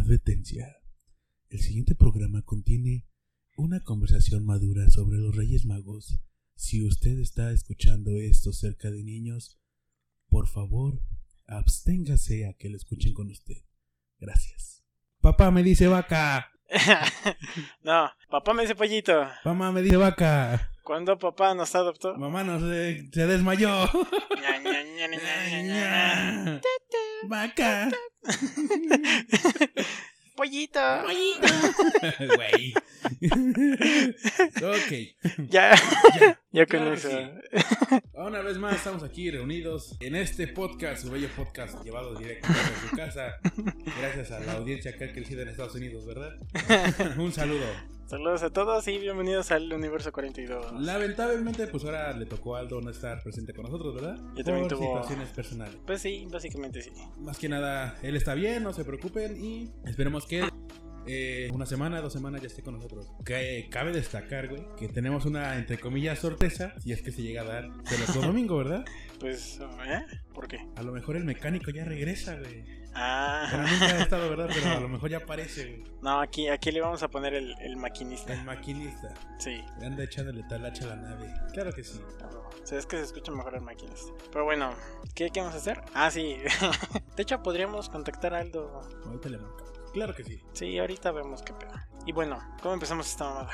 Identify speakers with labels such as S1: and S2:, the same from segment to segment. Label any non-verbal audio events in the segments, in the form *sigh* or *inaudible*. S1: Advertencia. El siguiente programa contiene una conversación madura sobre los Reyes Magos. Si usted está escuchando esto cerca de niños, por favor, absténgase a que lo escuchen con usted. Gracias. Papá me dice vaca.
S2: *laughs* no, papá me dice pollito.
S1: Mamá me dice vaca.
S2: Cuando papá
S1: *laughs*
S2: nos adoptó.
S1: Mamá no se, se desmayó.
S2: Ña, ña, ña, ña, ña,
S1: *laughs*
S2: ña, ña.
S1: Ña. vaca.
S2: Pollito.
S1: Güey. *laughs* ok.
S2: *laughs* Ya,
S1: Ya.
S2: *laughs* ya con
S1: Claro que
S2: eso. *laughs*
S1: Una vez más estamos aquí reunidos en este podcast, su bello podcast llevado directo a su casa, gracias a la audiencia que ha crecido en Estados Unidos,
S2: *laughs*
S1: ¿verdad? Un saludo.
S2: Saludos a todos y bienvenidos al Universo 42.
S1: Lamentablemente, pues ahora le tocó a Aldo no estar presente con nosotros, ¿verdad?
S2: Yo también
S1: Por
S2: tuvo-
S1: situaciones personales.
S2: Pues sí, básicamente sí.
S1: Más que nada, él está bien, no se preocupen y esperemos que eh, una semana, dos semanas ya esté con nosotros. Que cabe destacar, güey, que tenemos una, entre comillas, sorpresa, si es que se llega a dar, pero
S2: *laughs*
S1: es domingo, ¿verdad?
S2: Pues, ¿eh? ¿Por qué?
S1: A lo mejor el mecánico ya regresa, güey. Pero
S2: Ah,
S1: nunca ha estado, ¿verdad? Pero a lo mejor ya aparece, güey.
S2: *laughs* no, aquí, aquí le vamos a poner el, el maquinista.
S1: El maquinista.
S2: Sí.
S1: Anda echándole talacha a la nave. Claro que sí.
S2: O sea, es que se escucha mejor el maquinista. Pero bueno, ¿qué, qué vamos a hacer? Ah, sí. *laughs* De hecho, podríamos contactar a Aldo
S1: Ahorita le marca. Claro que sí.
S2: Sí, ahorita vemos qué pedo. Y bueno, ¿cómo empezamos esta mamada?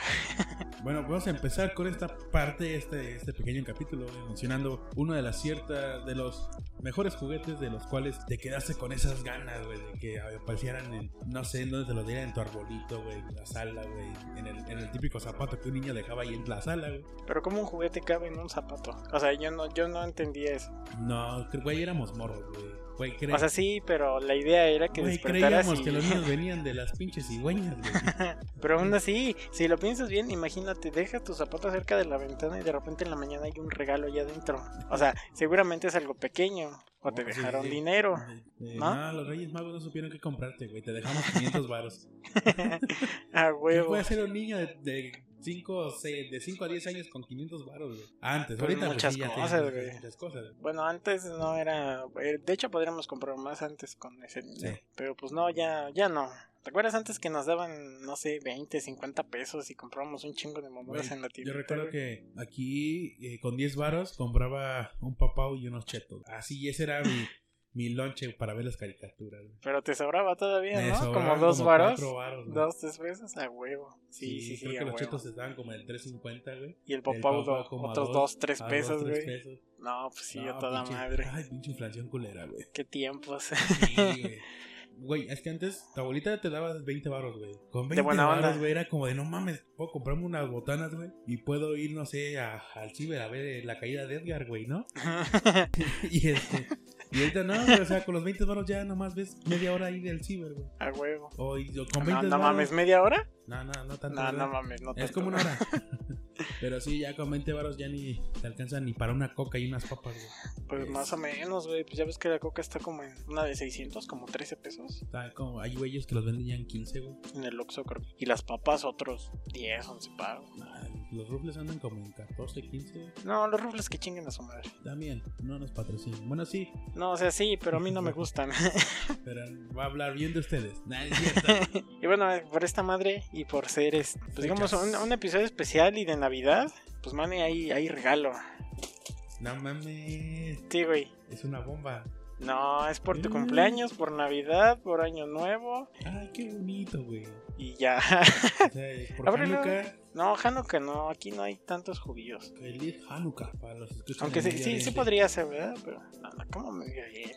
S1: Bueno, vamos a empezar con esta parte, este, este pequeño capítulo, güey, mencionando uno de las ciertas, de los mejores juguetes de los cuales te quedaste con esas ganas, güey, de que aparecieran en, no sé, en dónde te lo dieran, en tu arbolito, güey, en la sala, güey, en el, en el típico zapato que un niño dejaba ahí en la sala, güey.
S2: Pero ¿cómo un juguete cabe en un zapato? O sea, yo no, yo no entendía eso.
S1: No, güey, éramos morros, güey. Güey, cre-
S2: O sea, sí, pero la idea era que
S1: güey,
S2: despertaras
S1: creíamos
S2: y-
S1: que los niños venían de
S2: *laughs*
S1: las pinches cigüeñas, güey.
S2: Pero aún así, si lo piensas bien, imagínate, dejas tus zapatos cerca de la ventana y de repente en la mañana hay un regalo allá adentro. O sea, seguramente es algo pequeño. O te
S1: Sí, sí,
S2: dejaron
S1: sí.
S2: dinero.
S1: Eh,
S2: ¿No?
S1: ¿No? los Reyes Magos no supieron qué comprarte, güey. Te dejamos 500
S2: *laughs*
S1: varos.
S2: A
S1: ¿Qué
S2: huevo.
S1: puede hacer un niño de 5 de cinco a 10 años con 500 varos, güey? Antes,
S2: Pues
S1: ahorita pues,
S2: muchas
S1: sí, ya te-
S2: cosas, güey.
S1: Muchas cosas.
S2: Bueno, antes no era... eh, De hecho, podríamos comprar más antes con ese dinero. Pero pues no, ya, ya no. ¿Te acuerdas antes que nos daban, no sé, 20, 50 pesos y comprábamos un chingo de mamadas
S1: Güey,
S2: en la tienda?
S1: Yo recuerdo que aquí eh, con 10 varos compraba un papau y unos chetos. Así, ese era mi, mi lonche para ver las caricaturas, güey.
S2: Pero te sobraba todavía,
S1: Me
S2: ¿no?
S1: sobraban
S2: como dos varos.
S1: cuatro varos, güey.
S2: Dos, tres pesos a huevo. Sí, sí, sí,
S1: creo
S2: a
S1: que los
S2: huevo.
S1: chetos estaban como en 3.50, güey.
S2: Y el
S1: El
S2: popaudo,
S1: Pau Pau como a
S2: otros
S1: dos,
S2: dos, tres
S1: a dos,
S2: pesos,
S1: tres
S2: güey.
S1: pesos.
S2: No, pues sí, a
S1: No,
S2: toda
S1: pinche-
S2: madre.
S1: Ay, pinche inflación culera,
S2: *laughs*
S1: güey.
S2: Qué tiempos.
S1: Sí, güey. Güey, es que antes tu abuelita te daba 20 baros, güey. Con 20
S2: buena onda.
S1: baros, güey, era como de no mames, puedo comprarme unas botanas, güey. Y puedo ir, no sé, a- al ciber a ver eh, la caída de Edgar, güey, ¿no? *laughs* y este. Y ahorita no, güey, o sea, con los 20 baros ya nomás ves media hora ahí del ciber, güey.
S2: a huevo.
S1: O y- o con 20
S2: No, no
S1: varos-
S2: mames, ¿media hora?
S1: No, no, no tanto.
S2: No,
S1: ¿verdad?
S2: no mames, no
S1: es
S2: tanto.
S1: como una hora. *laughs* Pero sí, ya con 20 baros ya ni te alcanzan ni para una coca y unas papas, güey.
S2: Pues más o
S1: Este.
S2: menos, güey. Pues ya ves que la coca está como en una de 600, como 13 pesos.
S1: Está Ah, como, hay güeyes que los venden ya en 15, güey.
S2: En el Oxxo, creo. Y las papas otros 10, 11 pagos.
S1: Nah, Ah, Los rufles andan como en 14, 15.
S2: No, los rufles que chinguen a su madre.
S1: También, no nos patrocinan. Bueno, sí,
S2: No, o sea, sí, pero a mí no
S1: *laughs*
S2: me gustan. *laughs*
S1: pero va a hablar bien de ustedes. Nah, es
S2: *laughs*
S1: cierto.
S2: Y bueno, por esta madre y por ser, es- pues digamos,
S1: Fechas.
S2: un, un episodio especial y de Navidad, pues mane, ahí, ahí regalo.
S1: no mames,
S2: Sí, güey.
S1: es una bomba.
S2: No, es por tu
S1: Mm.
S2: cumpleaños, por Navidad, por Año Nuevo
S1: Ay, qué bonito, güey.
S2: y ya. *laughs*
S1: O sea, eh, por
S2: Ábrelo.
S1: Hanukkah,
S2: no, Hanukkah no, aquí no hay tantos judíos.
S1: feliz Hanukkah para los que escuchan
S2: Aunque
S1: en
S2: sí,
S1: Medio
S2: sí, sí
S1: Oriente.
S2: podría ser, ¿verdad? Pero, no, no, ¿cómo me diga bien?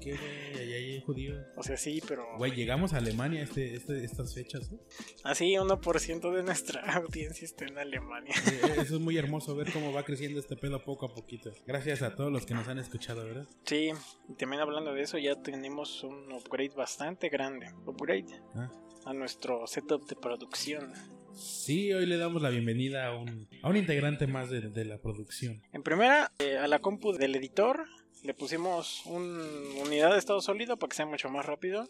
S1: Qué güey, allá hay judíos.
S2: O sea, sí, pero...
S1: Güey, llegamos a Alemania este, este- estas fechas. ¿eh?
S2: Así, 1% de nuestra *laughs* audiencia está en Alemania.
S1: Eh, Eso es muy hermoso ver cómo va creciendo este pedo poco a poquito. Gracias a todos los que nos han escuchado, ¿verdad?
S2: Sí, y también hablando de eso, ya tenemos un upgrade bastante grande. Upgrade
S1: Ah.
S2: a nuestro setup de producción.
S1: Sí, hoy le damos la bienvenida a un, a un integrante más de, de la producción.
S2: En primera, eh, a la compu del editor le pusimos una unidad de estado sólido para que sea mucho más rápido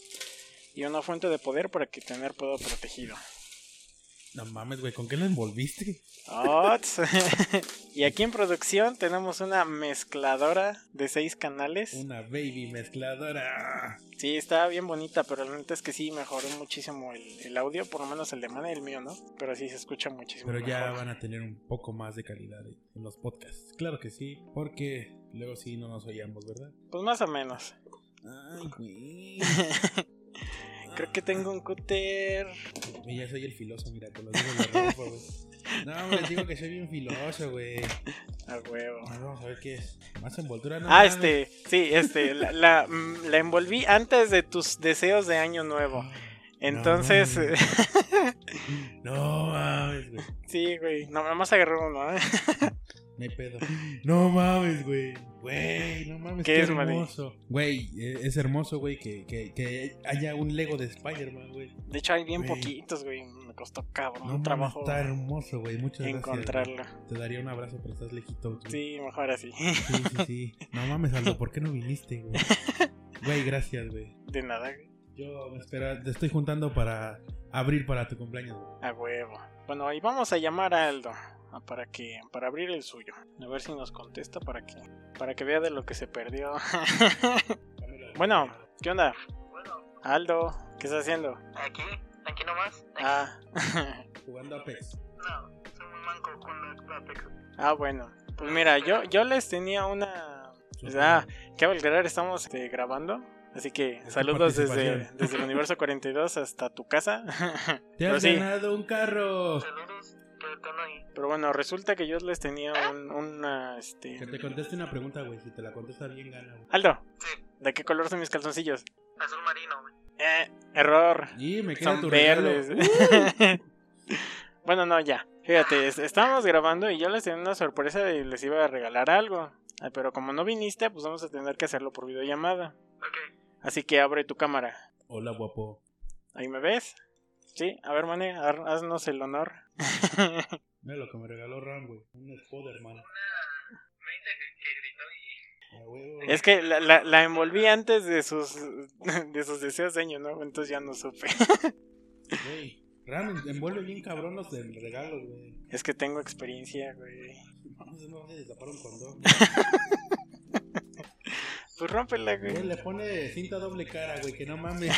S2: y una fuente de poder para que tener todo protegido.
S1: No mames, güey, ¿con qué lo envolviste?
S2: Ots. *laughs* y aquí en producción tenemos una mezcladora de seis canales.
S1: Una baby mezcladora.
S2: Sí, estaba bien bonita, pero la neta es que sí mejoró muchísimo el, el audio, por lo menos el de Mana y el mío, ¿no? Pero sí se escucha muchísimo.
S1: Pero ya
S2: mejor.
S1: van a tener un poco más de calidad en los podcasts. Claro que sí, porque luego sí no nos oíamos, ¿verdad?
S2: Pues más o menos.
S1: Ay, güey.
S2: Creo que tengo un cúter.
S1: *laughs* Y ya soy el filoso, mira, te lo digo en la ropa, güey. No, les digo que soy bien filoso, güey.
S2: A huevo.
S1: A ver, Vamos a ver qué es. Más envoltura, Ah, ¿no?
S2: Ah,
S1: mames.
S2: este, sí, este, la, la, mm, la envolví antes de tus deseos de año nuevo. Entonces,
S1: No. No mames, güey.
S2: *laughs* sí, güey, no, nomás agarré uno, ¿eh?
S1: No hay pedo. *laughs* No mames, güey. Güey, no mames.
S2: ¿Qué
S1: Qué,
S2: es, maní?
S1: hermoso. Güey, eh, es hermoso, güey, que, que, que haya un Lego de Spider-Man, güey.
S2: De hecho, hay bien
S1: Güey.
S2: poquitos, güey, me costó
S1: No
S2: cabrón
S1: mames,
S2: trabajo
S1: Está hermoso, güey. Muchas gracias.
S2: encontrarlo.
S1: güey. Te daría un abrazo, pero estás lejito. güey.
S2: Sí, mejor así. *laughs*
S1: Sí, sí, sí. No mames, Aldo, ¿por qué no viniste, güey? Güey, gracias, güey.
S2: De nada, güey.
S1: Yo me espera, te estoy juntando para abrir para tu cumpleaños, güey.
S2: A huevo. Bueno, y vamos a llamar a Aldo ah, para que para abrir el suyo. A ver si nos contesta para que para que vea de lo que se perdió. *laughs* bueno, ¿qué onda? Aldo, ¿qué estás haciendo?
S3: Aquí, aquí nomás.
S2: Ah. *laughs*
S1: Jugando Apex.
S3: No, soy muy manco con la, la teca.
S2: ah, bueno. Pues mira, yo yo les tenía una Ah, que Belgrar estamos este, grabando. Así que
S1: Esta
S2: saludos desde,
S1: participación.
S2: *laughs* desde el universo 42 hasta tu casa. *laughs*
S1: ¡Te
S2: pero
S1: has
S2: sí.
S1: ganado un carro!
S3: Saludos, que están ahí.
S2: Pero bueno, resulta que yo les tenía un, una, este,
S1: Que te conteste una pregunta, güey. Si te la contesta bien, gana, güey.
S2: Aldo,
S3: Sí.
S2: ¿de qué color son mis calzoncillos?
S3: Azul marino, güey.
S2: Eh, error.
S1: Y me queda
S2: Son
S1: tu regalo. Uh.
S2: verdes. *laughs* bueno, no, ya. Fíjate, es- estábamos grabando y yo les tenía una sorpresa y les iba a regalar algo. Ah, Pero como no viniste, pues vamos a tener que hacerlo por videollamada.
S3: Ok.
S2: Así que abre tu cámara.
S1: Hola, guapo.
S2: ¿Ahí me ves? Sí, a ver, mané, har- haznos el honor.
S1: Mira lo que me regaló Ram, güey. Un spoiler, man.
S3: Me dice que, que gritó y.
S1: A huevo.
S2: es que la, la- la envolví antes de sus, *laughs* de sus deseos de año nuevo, entonces ya no supe. *laughs*
S1: Güey, Ram envuelve bien cabrón los del regalo, güey.
S2: Es que tengo experiencia, güey.
S1: Vamos a ver, destapar un condón.
S2: Pues rómpela,
S1: Güey,
S2: güey.
S1: le pone cinta doble cara, güey, que no mames.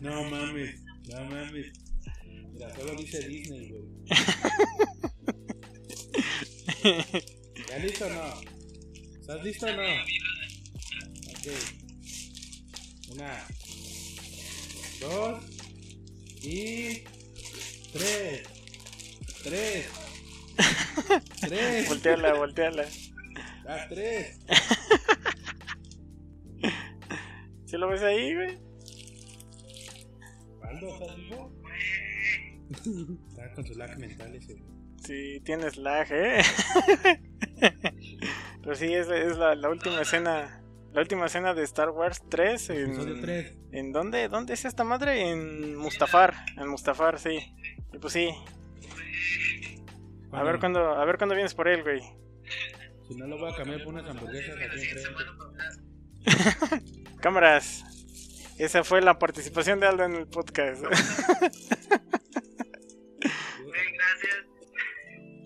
S1: No mames, no mames. Mira, solo dice Disney, güey. ¿Ya listo o no? ¿Estás listo o no? Ok. Una, dos y tres. Tres. Tres.
S2: volteala, volteala.
S1: A tres.
S2: ¿Sí lo ves ahí, güey?
S1: Aldo, ¿estás vivo? Está con su lag mental ese. güey.
S2: Sí, tienes lag, ¿eh? *laughs* Pero sí, es, es la, la última escena. La última escena de Star Wars 3.
S1: Episodio
S2: En,
S1: tres.
S2: ¿En dónde? ¿Dónde es esta madre? En Mustafar. En Mustafar, sí. Y pues sí. A ver cuándo, a ver cuándo vienes por él, güey.
S1: Si no lo voy a cambiar por unas hamburguesas aquí enfrente.
S2: Cámaras. Esa fue la participación de Aldo en el podcast. *laughs*
S3: Bien, gracias.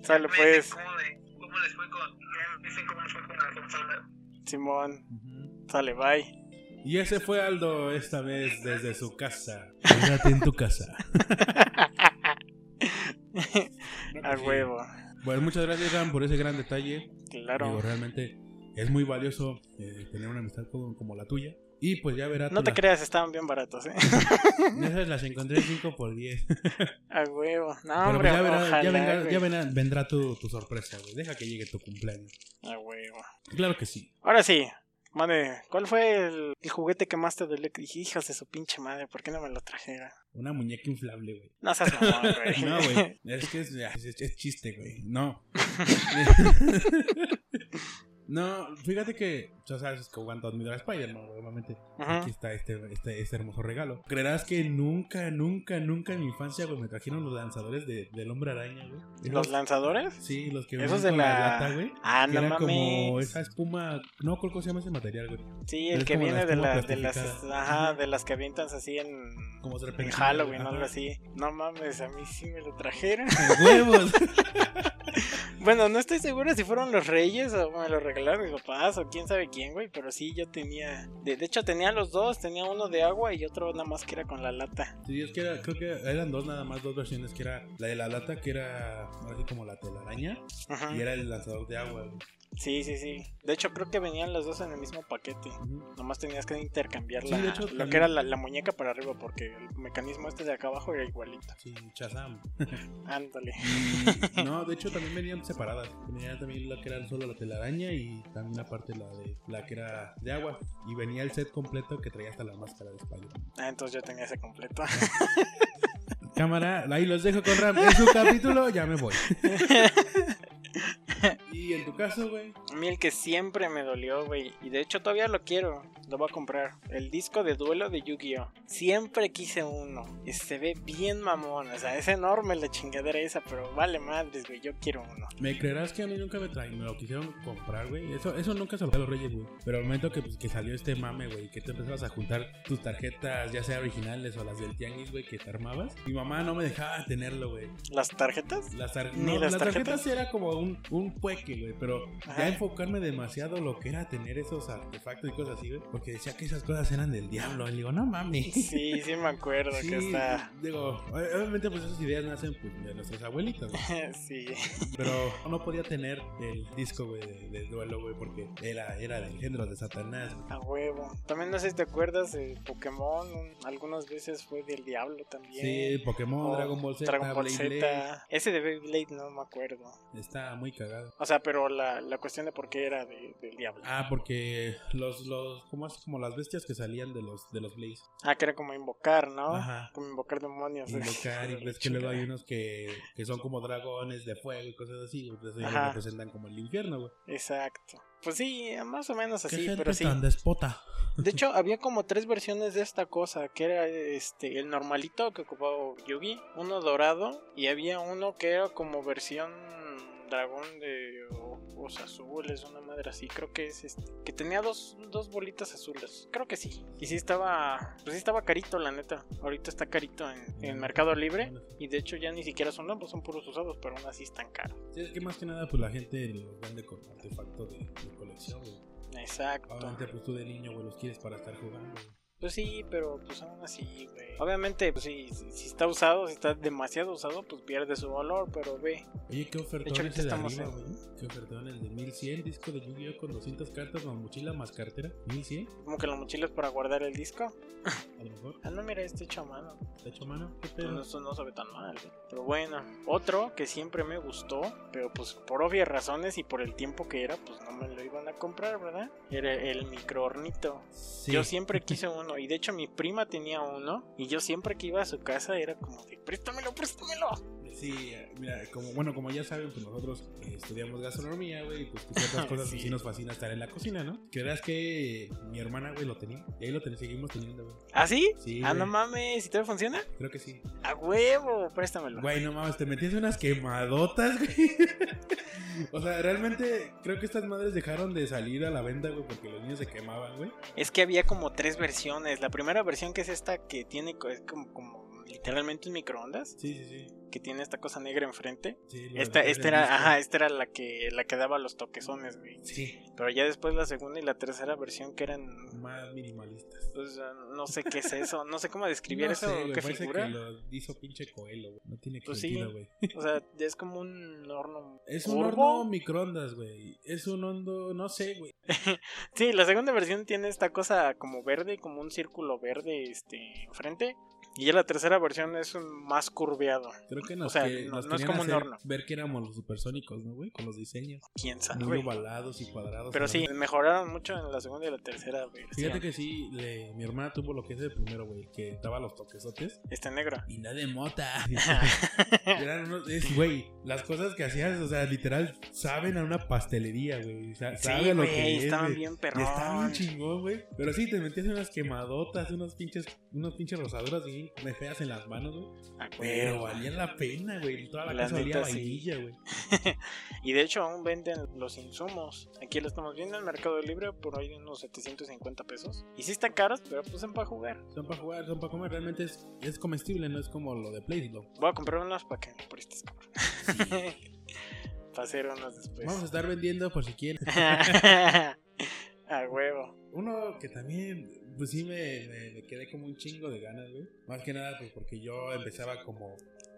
S2: Sale
S3: Me
S2: pues,
S3: dicen ¿Cómo, de, ¿Cómo les fue con.? me Dicen cómo les fue con la consola.
S2: Simón.
S1: Ujú.
S2: Sale, bye.
S1: Y ese fue Aldo esta vez desde su casa. Quédate en tu casa.
S2: A huevo.
S1: Bueno, muchas gracias, Ram, por ese gran detalle. Digo,
S2: Claro.
S1: realmente es muy valioso eh, tener una amistad como, como la tuya. Y pues ya verás.
S2: No
S1: tú
S2: te
S1: las- *laughs*
S2: creas, estaban bien baratos, eh. *laughs*
S1: Esas las encontré 5 por 10.
S2: A huevo. No,
S1: Pero pues
S2: hombre,
S1: ya, verá-
S2: ojalá,
S1: ya, vendrá,
S2: güey.
S1: ya vendrá- vendrá tu, tu sorpresa, güey. Deja que llegue tu cumpleaños.
S2: A huevo.
S1: Claro que sí.
S2: Ahora sí, madre, ¿cuál fue el, el juguete que más te dolió? Que dije, hijos de su pinche madre, ¿por qué no me lo trajeron?
S1: Una muñeca inflable, güey.
S2: No seas
S1: *laughs*
S2: mamón, güey.
S1: No,
S2: *laughs*
S1: güey. Es que es, es- es chiste, güey. No. No, fíjate que, ya sabes que aguanto admirar a Spider-Man, obviamente.
S2: Ajá.
S1: Aquí está este, este, este hermoso regalo. Creerás que nunca, nunca, nunca en mi infancia, güey, me trajeron los lanzadores de, del hombre araña, güey.
S2: ¿Los lanzadores?
S1: Sí, los que venían
S2: Esos de
S1: con
S2: la-
S1: lata, güey.
S2: Ah,
S1: que
S2: no
S1: era
S2: mames.
S1: como esa espuma. No, ¿cómo se llama ese material, güey?
S2: Sí, el
S1: es
S2: que
S1: como
S2: viene
S1: las
S2: de,
S1: como
S2: la- de las
S1: plastificadas.
S2: ajá,
S1: Ajá.
S2: de las que avientas así en,
S1: Como
S2: en
S1: serpentina,
S2: Halloween,
S1: ajá.
S2: algo así. No mames, a mí sí me lo trajeron.
S1: ¡Los huevos!
S2: *laughs* Bueno, no estoy segura si fueron los reyes o me lo regalaron mis papás o quién sabe quién, güey, pero sí yo tenía, de, de hecho tenía los dos, tenía uno de agua y otro nada más que era con la lata.
S1: Sí, es que era, creo que eran dos nada más, dos versiones, que era la de la lata, que era así como la telaraña,
S2: Ajá.
S1: y era el lanzador de agua. güey.
S2: Sí, sí, sí. De hecho creo que venían los dos en el mismo paquete.
S1: Ujú.
S2: Nomás tenías que intercambiar
S1: Sí,
S2: la-
S1: de hecho,
S2: lo
S1: también.
S2: que era la, la muñeca para arriba porque el mecanismo este de acá abajo era igualito.
S1: Sí, Shazam.
S2: Ándale.
S1: Y- no, de hecho también venían separadas. Venía también la que era solo la telaraña y también aparte la de la que era de agua. Y venía el set completo que traía hasta la máscara de español.
S2: Ah, entonces yo tenía ese completo. *laughs*
S1: Cámara, ahí los dejo con Ram. En su capítulo, ya me *laughs* voy. y en tu caso, güey.
S2: A mí el que siempre me dolió, güey. Y de hecho todavía lo quiero. Lo voy a comprar. El disco de duelo de Yu-Gi-Oh. Siempre quise uno. Y se ve bien mamón. O sea, es enorme la chingadera esa. Pero vale madres, güey. Yo quiero uno.
S1: Me creerás que a mí nunca me traen, me lo quisieron comprar, güey. Eso, eso nunca se lo a los reyes, güey. Pero al momento que, pues, que salió este mame, güey, que te empezabas a juntar tus tarjetas, ya sea originales o las del tianguis, güey, que te armabas, mi mamá no me dejaba tenerlo, güey. *laughs*
S2: ¿Las tarjetas?
S1: Las, tar-
S2: Ni
S1: no,
S2: las
S1: las tarjetas
S2: tarjetas.
S1: era como un, un pueque, güey, pero
S2: Ajá.
S1: ya enfocarme demasiado lo que era tener esos artefactos y cosas así, güey, porque decía que esas cosas eran del diablo. Y digo, no mames.
S2: Sí, sí me acuerdo
S1: Sí,
S2: que está. *laughs*
S1: digo, obviamente pues esas ideas nacen pues, de nuestras abuelitas, güey.
S2: sí.
S1: Pero no podía tener el disco, güey, de- del duelo, güey, porque era, era del género de Satanás, güey.
S2: A huevo. También no sé si te acuerdas de Pokémon. un- Algunas veces fue del diablo también.
S1: Sí, Pokémon,
S2: O
S1: Dragon Ball Z,
S2: Oh, Dragon Ball Z.
S1: Blade Blade,
S2: Ese de Beyblade no me acuerdo.
S1: Está muy cagado.
S2: O sea, pero la, la cuestión de por qué era de- del diablo.
S1: Ah, porque los, los, ¿cómo es? Como las bestias que salían de los, de los Blaze.
S2: Ah, que era como invocar, ¿no?
S1: Ajá.
S2: Como invocar demonios.
S1: Invocar, y
S2: *laughs*
S1: ves que luego hay unos que, que son como dragones de fuego y cosas así, güey. Entonces ellos
S2: Ajá.
S1: representan como el infierno, güey.
S2: Exacto. Pues sí, más o menos
S1: Qué
S2: así,
S1: gente
S2: pero sí.
S1: tan despota.
S2: De hecho, había como tres versiones de esta cosa, que era este el normalito que ocupaba Yugi, uno dorado y había uno que era como versión dragón de ojos azules, una madre así, creo que es este, que tenía dos, dos bolitas azules, creo que sí. Y sí estaba, pues sí estaba carito, la neta. Ahorita está carito en,
S1: Mm.
S2: en Mercado Libre. Y de hecho ya ni siquiera son nuevos, son puros usados, pero aún así están caros.
S1: Sí, es que más que nada, pues la gente los vende con artefacto de, de colección, güey.
S2: Exacto.
S1: Obviamente, pues tú de niño, güey, los quieres para estar jugando, güey.
S2: Pues sí, pero pues aún así, güey. Obviamente, pues sí, si, si está usado, si está demasiado usado, pues pierde su valor, pero ve.
S1: Oye, qué
S2: De hecho,
S1: ofertón
S2: ahorita
S1: ese de
S2: estamos eh.
S1: arriba,
S2: en-
S1: güey. Qué ofertón el de 1100, disco de Yu-Gi-Oh con 200 cartas, con mochila más cartera. 1100,
S2: Como que la mochila es para guardar el disco.
S1: a lo mejor.
S2: Ah, no, mira, este hecho a mano.
S1: Está hecho a mano, qué
S2: No,
S1: pedo.
S2: esto no se ve tan mal, güey. Pero bueno, otro que siempre me gustó, pero pues por obvias razones y por el tiempo que era, pues no me lo iban a comprar, ¿verdad? Era el microornito.
S1: Sí.
S2: Yo siempre quise uno, y de hecho mi prima tenía uno, y yo siempre que iba a su casa era como de, préstamelo, préstamelo.
S1: Sí, eh, mira, como, bueno, como ya saben, pues nosotros eh, estudiamos gastronomía, güey, y pues que
S2: *laughs*
S1: ciertas cosas
S2: Sí.
S1: sí. nos fascina estar en la cocina, ¿no? Que verás que eh, mi hermana, güey, lo tenía. Y ahí lo ten- seguimos teniendo, güey.
S2: ¿Ah, sí?
S1: Sí,
S2: Ah, no
S1: güey,
S2: mames, ¿y todavía funciona?
S1: creo que sí.
S2: A huevo, préstamelo.
S1: Güey, no mames, te metías unas quemadotas, güey. *laughs* O sea, realmente creo que estas madres dejaron de salir a la venta, güey, porque los niños se quemaban, güey.
S2: Es que había como tres versiones. La primera versión que es esta que tiene co- es como, como literalmente un microondas,
S1: Sí, sí, sí.
S2: que tiene esta cosa negra enfrente.
S1: sí lo
S2: Esta,
S1: dejaron
S2: esta
S1: en
S2: era,
S1: disco.
S2: ajá, esta era la que la que daba los toquezones, güey.
S1: Sí,
S2: Pero ya después la segunda y la tercera versión que eran
S1: más minimalistas.
S2: pues, ah, no sé qué es eso, no sé cómo describir
S1: No
S2: eso,
S1: sé, güey,
S2: qué
S1: parece
S2: figura.
S1: que lo hizo pinche Coelho, güey. No tiene
S2: Pues sí.
S1: sentido, güey.
S2: O sea, es como un horno.
S1: Es un
S2: ¿Curvo?
S1: horno microondas, güey. Es un hondo, no sé, güey.
S2: Sí, la segunda versión tiene esta cosa como verde, como un círculo verde este enfrente. Y ya la tercera versión es un más curveado.
S1: Creo que nos,
S2: O sea,
S1: que-
S2: no-
S1: nos
S2: no es
S1: querían
S2: como un
S1: hacer
S2: horno.
S1: ver que éramos los supersónicos, ¿no, güey? Con los diseños
S2: Quién
S1: muy
S2: sabe.
S1: ovalados y cuadrados.
S2: Pero
S1: ¿no?
S2: sí, mejoraron mucho en la segunda y la tercera versión.
S1: Fíjate que sí, le- mi hermana tuvo lo que es el primero, güey, el que daba los toquesotes.
S2: Este negro.
S1: *laughs* Y no de mota. Eran unos- es, güey, las cosas que hacías, o sea, literal, saben a una pastelería, güey. Sa-
S2: Sí,
S1: saben lo que
S2: güey,
S1: es,
S2: estaban
S1: güey.
S2: bien
S1: Y Está bien
S2: perrón.
S1: chingón, güey. Pero sí, te metías en unas quemadotas, unos pinches, unos pinches rosaduras bien me feas en las manos, güey.
S2: A
S1: Pero
S2: huevo.
S1: valía la pena, güey. Toda la,
S2: La
S1: casa olía a
S2: neta, sí.
S1: vainilla, güey.
S2: Y de hecho aún venden los insumos. Aquí lo estamos viendo en Mercado Libre por ahí de unos 750 pesos. Y sí están caros, pero pues son para jugar.
S1: Son para jugar, son para comer. Realmente es, es comestible, no es como lo de pues, PlayStation.
S2: Voy a comprar unos para que me prestes, cabrón. *laughs* para hacer unos
S1: Vamos a
S2: después.
S1: estar vendiendo por si quieren.
S2: *laughs* a huevo.
S1: Uno que también, pues sí me, me- me quedé como un chingo de ganas, güey. Más que nada, pues porque yo empezaba como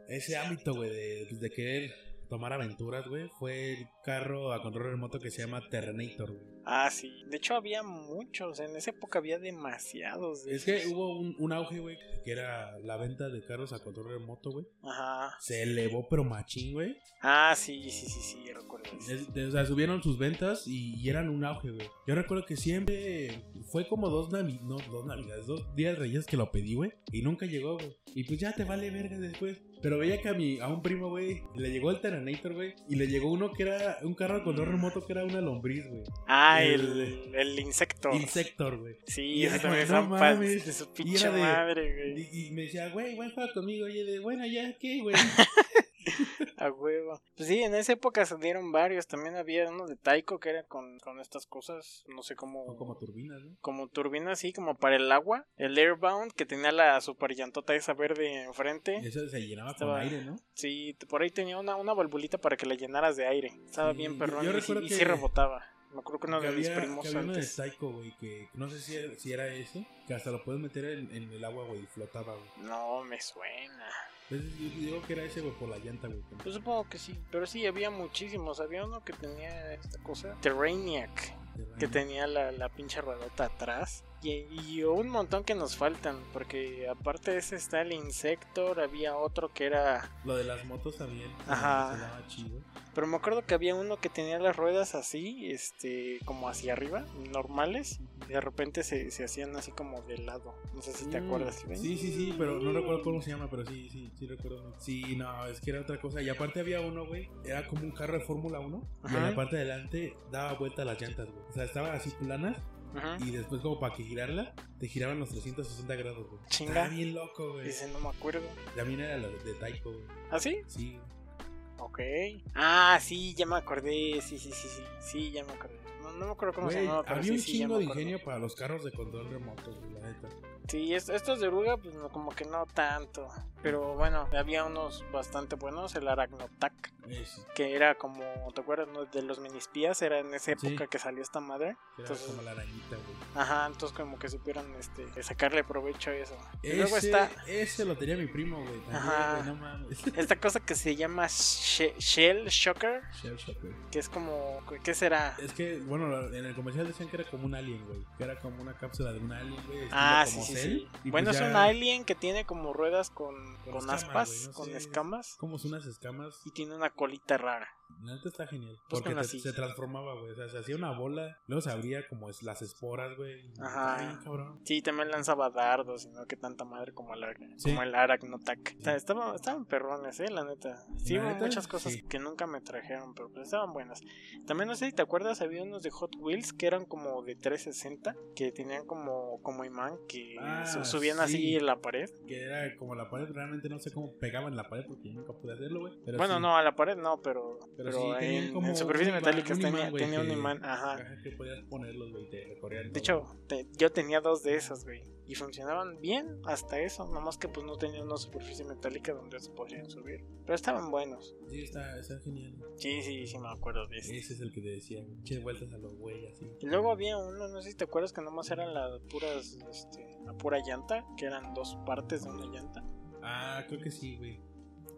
S1: ese ámbito, güey, de, pues, de querer tomar aventuras, güey. Fue el carro a control remoto que se llama Terminator, güey.
S2: Ah, sí. De hecho había muchos. En esa época había demasiados. de
S1: Es que
S2: esos.
S1: hubo un, un auge, güey, que era la venta de carros a control remoto, güey.
S2: Ajá.
S1: Se elevó, pero machín, güey.
S2: Ah, sí, sí, sí, sí, recuerdo. eso.
S1: Es- de- O sea, subieron sus ventas y, y eran un auge, güey. Yo recuerdo que siempre fue como dos navi no, dos navidades, dos días reyes que lo pedí, güey. Y nunca llegó, güey. Y pues ya te vale verga después. Pero veía que a, mi, a un primo, güey, le llegó el Terminator, güey. Y le llegó uno que era un carro con control remoto que era una lombriz, güey.
S2: Ah, el,
S1: el-
S2: el insecto.
S1: Insector, güey.
S2: Sí,
S1: Y
S2: ese
S1: era
S2: también
S1: como,
S2: era
S1: "No
S2: un pan
S1: mames".
S2: de su
S1: Y
S2: pinche
S1: era de-
S2: madre, güey.
S1: Y, y me decía, güey, güey, juega conmigo. Y yo de, bueno, ya, ¿qué, güey?
S2: A huevo. Pues sí, en esa época se dieron varios. También había uno de Taiko que era con, con estas cosas, no sé cómo.
S1: Son como turbinas, ¿no?
S2: Como turbina así, como para el agua. El Airbound que tenía la super llantota esa verde
S1: Y
S2: enfrente.
S1: Eso se llenaba con
S2: Estaba-
S1: aire, ¿no?
S2: Sí, t- por ahí tenía una, una valvulita para que la llenaras de aire. Estaba
S1: Sí,
S2: bien
S1: yo-
S2: perrón
S1: yo
S2: y, sí,
S1: recuerdo
S2: y
S1: que-
S2: sí rebotaba. Me acuerdo que uno
S1: que
S2: de mis
S1: había,
S2: primos
S1: que había uno de
S2: antes.
S1: Psycho, güey, que no sé si era, si era ese, que hasta lo puedes meter en, en el agua, güey, y flotaba, güey.
S2: No me suena.
S1: Entonces yo digo que era ese, güey, por la llanta, güey.
S2: Yo supongo que sí, pero sí, había muchísimos. Había uno que tenía esta cosa, Terraniac, que tenía la, la pinche ruedota atrás. Y, y un montón que nos faltan, porque aparte de ese está el Insector, había otro que era...
S1: Lo de las motos también.
S2: Ajá.
S1: Ajá. Se daba chido.
S2: Pero me acuerdo que había uno que tenía las ruedas así, este, como hacia arriba, normales, y de repente se, se hacían así como de lado. No sé si te
S1: Mm,
S2: acuerdas. ¿ven?
S1: Sí, sí, sí, pero no recuerdo cómo se llama, pero sí, sí, sí recuerdo. Sí, no, es que era otra cosa. Y aparte había uno, güey, era como un carro de Fórmula 1. Y en
S2: Ajá.
S1: la parte de adelante daba vuelta a las llantas, güey. O sea, estaban así planas
S2: Ujú.
S1: y después como para que girarla, te giraban los 360 grados, güey.
S2: Chinga.
S1: Estaba bien loco, güey.
S2: Dice, no me acuerdo.
S1: También era la de Taiko, güey.
S2: ¿Ah, sí?
S1: Sí,
S2: Ok. Ah, sí, ya me acordé. Sí, sí, sí, sí. Sí, ya me acordé. No, no me acuerdo cómo se
S1: güey,
S2: llamaba, pero
S1: había
S2: sí,
S1: un
S2: sí, ya
S1: chingo de
S2: me acuerdo.
S1: ingenio para los carros de control remoto, güey, la neta.
S2: Sí, es- estos de oruga, pues no, como que no tanto. Pero bueno, había unos bastante buenos. El Aracnotac,
S1: Eh, sí,
S2: que era como, ¿te acuerdas? no? De los minispías, era en esa
S1: Sí.
S2: época que salió esta madre.
S1: que era
S2: Entonces-
S1: como la arañita, güey.
S2: Ajá, entonces como que supieron este, sacarle provecho a eso. Y luego
S1: Ese,
S2: está
S1: ese lo tenía mi primo, güey. también,
S2: Ajá.
S1: güey, no mames. *laughs*
S2: esta cosa que se llama she- Shell Shocker,
S1: Shell Shock, güey.
S2: que es como, ¿qué será?
S1: Es que, bueno, la- en el comercial decían que era como un alien, güey. Que era como una cápsula de un alien, güey. estilo
S2: Ah, sí,
S1: como
S2: sí,
S1: Cell,
S2: sí.
S1: y
S2: Bueno,
S1: pues
S2: es
S1: ya
S2: un alien que tiene como ruedas con,
S1: Con
S2: con
S1: escamas,
S2: aspas,
S1: güey, no
S2: con
S1: sé.
S2: escamas,
S1: Como unas escamas.
S2: y tiene una colita rara.
S1: La neta está genial.
S2: Pues
S1: Porque
S2: con
S1: te-
S2: así.
S1: se transformaba, güey. O sea, se hacía una bola. Luego se abría como es, las esporas, güey.
S2: Ajá.
S1: Ay, cabrón.
S2: Sí, también lanzaba dardos, sino que tanta madre como el, ar-
S1: Sí.
S2: como el Arachnotac. O sea, estaban, estaban perrones, eh, la neta. Sí,
S1: La
S2: hubo
S1: neta,
S2: muchas cosas
S1: sí.
S2: que nunca me trajeron, pero pues estaban buenas. También no sé si te acuerdas, había unos de Hot Wheels que eran como de 360, que tenían como, como imán, que
S1: Ah,
S2: su- subían
S1: sí.
S2: así en la pared.
S1: Que era como la pared. Realmente no sé cómo pegaban la pared porque yo nunca pude hacerlo, güey. Pero
S2: bueno,
S1: sí.
S2: no, a la pared no, pero, pero,
S1: Pero sí, tenían
S2: en,
S1: como
S2: en superficie
S1: un imán-
S2: metálica
S1: un
S2: tenía,
S1: imán, güey,
S2: tenía un
S1: que-
S2: imán, ajá.
S1: Ajá, que podías ponerlos, güey, y te recorrían.
S2: De
S1: todo.
S2: hecho, te- yo tenía dos de esas, güey. Y funcionaban bien hasta eso. Nomás que pues no tenían una superficie metálica donde se podían subir. Pero estaban buenos.
S1: Sí, está, está genial.
S2: Sí, sí, sí, me acuerdo de eso.
S1: Ese es el que te decía. Eches vueltas a los güey, así.
S2: Y luego había uno, no sé si te acuerdas, que nomás eran las puras, este, la pura llanta, que eran dos partes de una llanta.
S1: Ah, creo que sí, güey.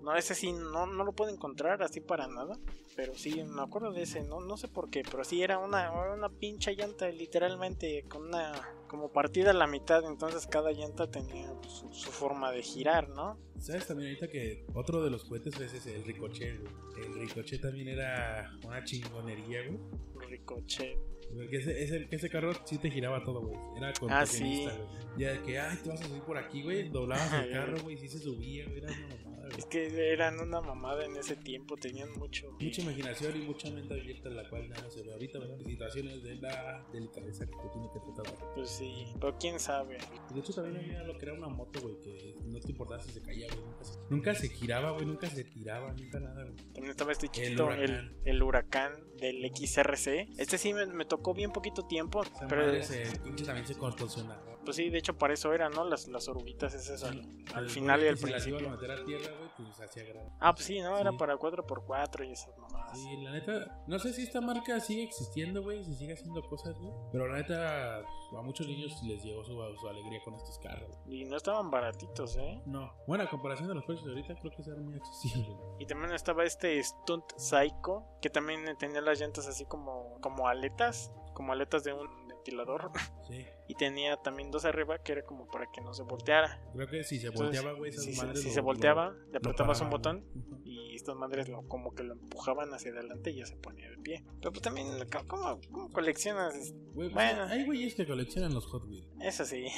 S2: No, ese sí, no, no lo puedo encontrar así para nada. Pero sí, me acuerdo de ese, no, no sé por qué, pero sí era una, era una pincha llanta, literalmente, con una, como partida a la mitad, entonces cada llanta tenía pues, su, su forma de girar, ¿no?
S1: ¿Sabes también ahorita que otro de los cohetes es ese, el ricochet, güey? El ricochet también era una chingonería, güey.
S2: Ricochet.
S1: Porque ese, ese, ese carro sí te giraba todo, güey. Era con
S2: Ah,
S1: pequeñista,
S2: sí.
S1: güey. Ya de que, ay, te vas a subir por aquí, güey. Doblabas el
S2: *laughs* Ya,
S1: carro,
S2: güey.
S1: güey, y sí se subía, güey. Era una mamada, güey.
S2: Es que eran una mamada en ese tiempo, tenían mucho.
S1: Mucha imaginación y mucha mente abierta, la cual nada se ve ahorita, ¿verdad? Situaciones de la delicadeza que tú tienes que tratar, güey.
S2: Pues sí, pero quién sabe.
S1: De hecho, también había lo que era una moto, güey, que no te importaba si se caía, güey. Nunca se, nunca se giraba, güey, nunca se tiraba, nunca nada, güey.
S2: También estaba este chiquito, el
S1: huracán.
S2: el, huracán del XRC. Este sí me, me tocó bien poquito tiempo,
S1: Esa
S2: pero
S1: madre se, pinche también se contorsionaba.
S2: pues sí, de hecho para eso era, ¿no? Las, las orbitas esas al, al
S1: El
S2: final
S1: güey
S2: y al
S1: que si las iban
S2: principio.
S1: a meter a tierra, güey, pues hacía grave.
S2: Ah, pues sí, ¿no? Era
S1: Sí.
S2: para 4x4 y esas mamadas.
S1: Sí, la neta, no sé si esta marca sigue existiendo, güey, si sigue haciendo cosas, güey. Pero la neta, a muchos niños les llegó su, su alegría con estos carros.
S2: Y no estaban baratitos, ¿eh?
S1: No, bueno, a comparación de los precios de ahorita, creo que serán muy accesibles.
S2: Y también estaba este Stunt Psycho, que también tenía las llantas así como, como aletas, como aletas de un ventilador. *laughs*
S1: Sí,
S2: Y tenía también dos arriba que era como para que no se volteara.
S1: creo que si se
S2: Entonces,
S1: volteaba, güey, esas
S2: si, se-
S1: madres.
S2: si
S1: lo-
S2: se
S1: lo-
S2: volteaba, le
S1: lo
S2: apretabas
S1: paraban,
S2: un botón
S1: güey. Ujú.
S2: y estas madres lo, como que lo empujaban hacia adelante y ya se ponía de pie. Pero pues también, ¿cómo, cómo- cómo coleccionas?
S1: Güey, pues,
S2: Bueno.
S1: Hay güeyes que coleccionan los Hot Wheels.
S2: Eso sí,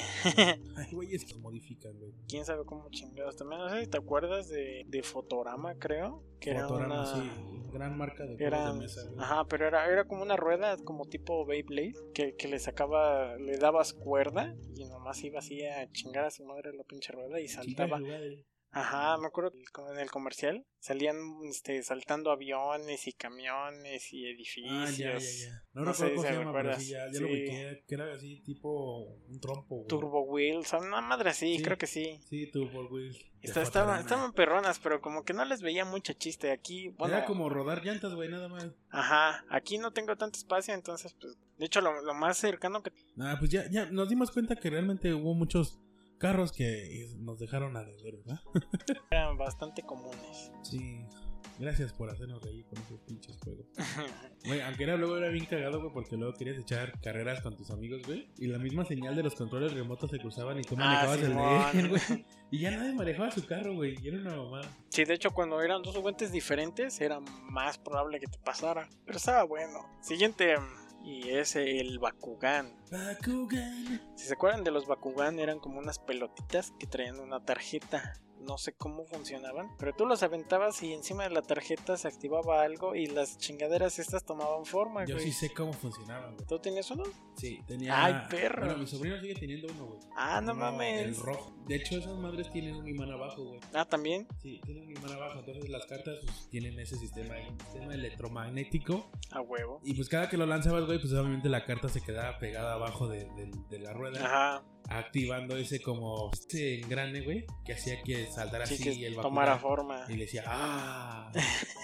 S1: Hay güeyes que los modifican, güey.
S2: quién sabe cómo chingados. También no sé si te acuerdas de, de Fotorama, creo. Que
S1: Fotorama,
S2: era una...
S1: sí. Gran marca de juegos
S2: Era,
S1: de mesa, güey.
S2: ajá, pero era, era como una rueda, como tipo Beyblade, que, que le sacaba, le dabas cuerda y nomás iba así a chingar a su madre la pinche rueda y
S1: Chica,
S2: saltaba.
S1: lugar de-
S2: Ajá, me acuerdo que como en el comercial salían este, saltando aviones y camiones y
S1: Ah,
S2: edificios.
S1: ya, ya, ya. No,
S2: No sé
S1: recuerdo
S2: si
S1: cómo se
S2: me
S1: llama, pero
S2: acuerdas.
S1: sí, ya, ya
S2: Sí.
S1: lo ubiqué. Que era así, tipo un trompo, güey.
S2: Turbo Wheels, o sea, una madre así,
S1: Sí.
S2: creo que sí.
S1: Sí, Turbo Wheels.
S2: Esta- estaban, estaban perronas, pero como que no les veía mucho chiste. Aquí, bueno,
S1: Era como rodar llantas, güey, nada más.
S2: ajá, aquí no tengo tanto espacio, entonces, pues, de hecho, lo, lo más cercano que
S1: Nada, pues ya, ya nos dimos cuenta que realmente hubo muchos carros que nos dejaron a deber, ¿verdad?
S2: eran
S1: *laughs*
S2: bastante comunes.
S1: Sí. Gracias por hacernos reír con esos pinches juegos. Güey, aunque era luego era bien cagado, güey, porque luego querías echar carreras con tus amigos, güey. Y la misma señal de los controles remotos se cruzaban y tú manejabas
S2: Ah, Simón.
S1: el de él, güey. Y ya nadie manejaba su carro, güey. Y era una mamada.
S2: Sí, de hecho, cuando eran dos juguetes diferentes, era más probable que te pasara. Pero estaba bueno. Siguiente, y es el Bakugan.
S1: Bakugan.
S2: Si se acuerdan de los Bakugan, eran como unas pelotitas que traían una tarjeta. No sé cómo funcionaban, pero tú los aventabas y encima de la tarjeta se activaba algo y las chingaderas estas tomaban forma,
S1: Yo
S2: güey.
S1: sí sé cómo funcionaba, güey.
S2: ¿Tú tenías uno?
S1: Sí, tenía.
S2: Ay, perro.
S1: Bueno, mi sobrino sigue teniendo uno, güey.
S2: Ah, no,
S1: Uno,
S2: mames.
S1: El rojo. De hecho, esas madres tienen un imán abajo, güey.
S2: Ah, también.
S1: Sí, tienen un imán abajo. Entonces, las cartas pues, tienen ese sistema ahí, un sistema electromagnético.
S2: A huevo.
S1: Y pues, cada que lo lanzabas, güey, pues obviamente la carta se quedaba pegada abajo de, de- de la rueda.
S2: Ajá.
S1: Activando ese como. Este engrane, güey, que hacía que saltara
S2: Así
S1: así
S2: que
S1: el
S2: tomara
S1: Bakugan.
S2: forma.
S1: Y le decía, ¡ah! *laughs*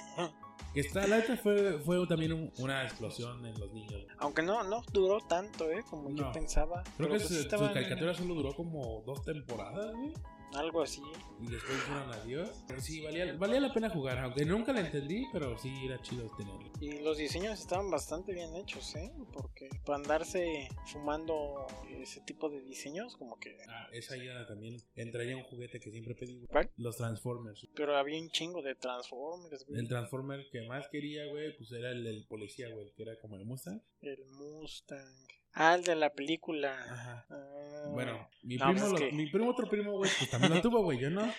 S1: Que Está, la neta fue, fue también un- una explosión en los niños.
S2: Aunque no, no duró tanto, ¿eh? Como yo
S1: No.
S2: pensaba.
S1: Creo
S2: Pero
S1: que
S2: pues
S1: su, su
S2: estaban-
S1: caricatura solo duró como dos temporadas, güey.
S2: Algo así.
S1: Y después dijeron adiós. Pero sí, valía, valía la pena jugar, aunque nunca la entendí, pero sí era chido tenerlo.
S2: Y los diseños estaban bastante bien hechos, ¿eh? Porque para andarse fumando ese tipo de diseños, como que...
S1: Ah, esa idea también entraría un juguete que siempre pedí, güey.
S2: ¿Cuál?
S1: Los Transformers.
S2: Pero había un chingo de Transformers, güey.
S1: El Transformer que más quería, güey, pues era el, del policía, güey, que era como el Mustang.
S2: El Mustang. Ah, el de la película.
S1: Ajá.
S2: Ah.
S1: Bueno, mi
S2: No,
S1: primo,
S2: pues es
S1: lo-
S2: que-
S1: mi primo, otro primo, güey, pues también lo tuvo, güey, yo no.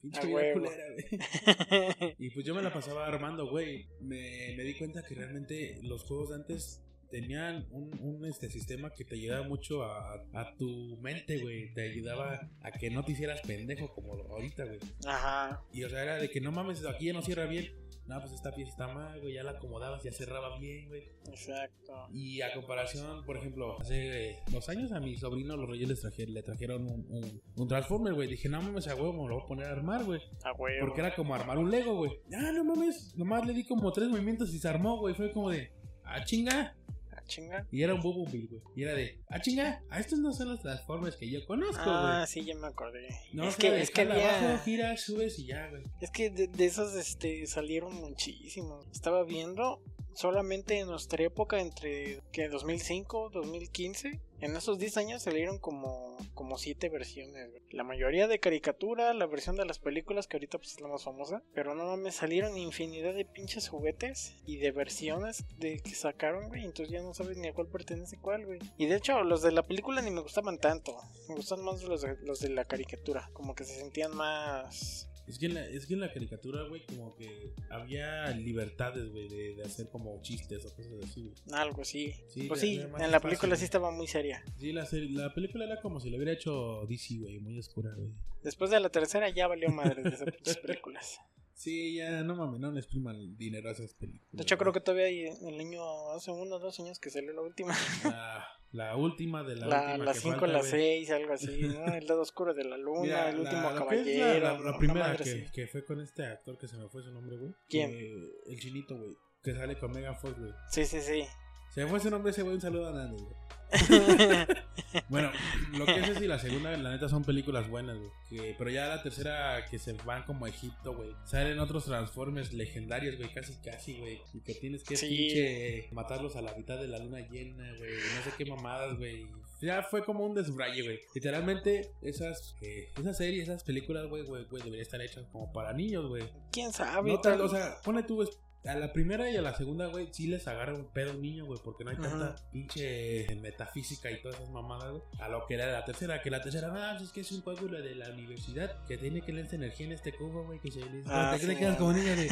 S1: Pinche
S2: *laughs* A
S1: vida
S2: huevo.
S1: culera, güey. Y pues yo me la pasaba armando, güey. Me, me di cuenta que realmente los juegos de antes tenían un, un, este sistema que te ayudaba mucho a, a tu mente, güey. Te ayudaba a que no te hicieras pendejo como ahorita, güey.
S2: *laughs* Ajá.
S1: Y o sea, era de que no mames, aquí ya no cierra bien. No, pues esta pieza está mal, güey. Ya la acomodabas, ya cerraba bien, güey.
S2: Exacto.
S1: Y a comparación, por ejemplo, hace eh, dos años a mi sobrino los reyes les traje- le trajeron un, un, un Transformer, güey. Dije, no mames, a huevo, me lo voy a poner a armar, güey.
S2: A huevo.
S1: Porque era como armar un Lego, güey. Ah, no mames. Nomás le di como tres movimientos y se armó, güey. Fue como de, ah, chinga.
S2: Ah, chinga.
S1: Y era un Bumblebee, güey. Y era de, ah, chinga. Ah, estos no son los Transformers que yo conozco, güey.
S2: Ah, sí, ya me acordé.
S1: no,
S2: es, que, es que había...
S1: abajo, gira, subes y ya, güey.
S2: Es que de, de esos este, salieron muchísimos. Estaba viendo solamente en nuestra época entre que 2005, 2015, en esos 10 años salieron como como 7 versiones. güey. La mayoría de caricatura, la versión de las películas que ahorita pues es la más famosa, pero no mames, salieron infinidad de pinches juguetes y de versiones de que sacaron, güey, entonces ya no sabes ni a cuál pertenece cuál, güey. Y de hecho, los de la película ni me gustaban tanto. Me gustan más los de, los de la caricatura, como que se sentían más
S1: Es que, en la, es que en la caricatura, güey, como que había libertades, güey, de, de hacer como chistes o cosas así, güey.
S2: algo así.
S1: Sí,
S2: pues
S1: le-
S2: sí,
S1: le da más
S2: en la
S1: espacio,
S2: película sí
S1: güey.
S2: estaba muy seria.
S1: Sí, la, serie- la película era como si la hubiera hecho DC, güey, muy oscura, güey.
S2: Después de la tercera ya valió madre de esas pinches películas.
S1: Sí, ya, no mames, no les priman dinero a esas películas.
S2: De hecho, creo
S1: güey.
S2: que todavía hay el año, hace uno o dos años que salió la última.
S1: La, la última de la,
S2: La,
S1: última
S2: la
S1: que
S2: 5,
S1: falta,
S2: la
S1: güey.
S2: 6, algo así,
S1: *laughs*
S2: ¿no? El lado oscuro de la luna,
S1: Mira,
S2: el
S1: la- lo que
S2: último
S1: es la-
S2: caballero.
S1: La, la
S2: una
S1: primera
S2: madre
S1: que,
S2: así.
S1: que fue con este actor que se me fue su nombre, güey.
S2: ¿Quién?
S1: Que- el chinito, güey. Que sale con Mega Fox, güey.
S2: Sí,
S1: *laughs*
S2: sí, sí.
S1: Se me fue su nombre ese güey, un saludo a Nando, güey. Bueno, lo que es es y la segunda, la neta, son películas buenas, güey. Que- Pero ya la tercera, que se van como a Egipto, güey. Salen otros Transformers legendarios, güey, casi, casi, güey. Y que tienes que
S2: Sí.
S1: pinche matarlos a la mitad de la luna llena, güey. No sé qué mamadas, güey. Ya fue como un desbraye, güey. Literalmente, esas, eh, esas series, esas películas, güey, güey, güey, deberían estar hechas como para niños, güey.
S2: ¿Quién sabe?
S1: No
S2: tal-
S1: tal, o sea, pone tú, güey, a la primera y a la segunda, güey, sí les agarra un pedo un niño, güey, porque no hay tanta
S2: Ajá.
S1: pinche eh, metafísica y todas esas mamadas, güey. A lo que era la tercera, que la tercera, ah, es que es un coágulo de la universidad, que tiene que leerse energía en este cubo, güey, que se le...
S2: Ah,
S1: te- te
S2: sí.
S1: quedas como niña
S2: *laughs*
S1: de...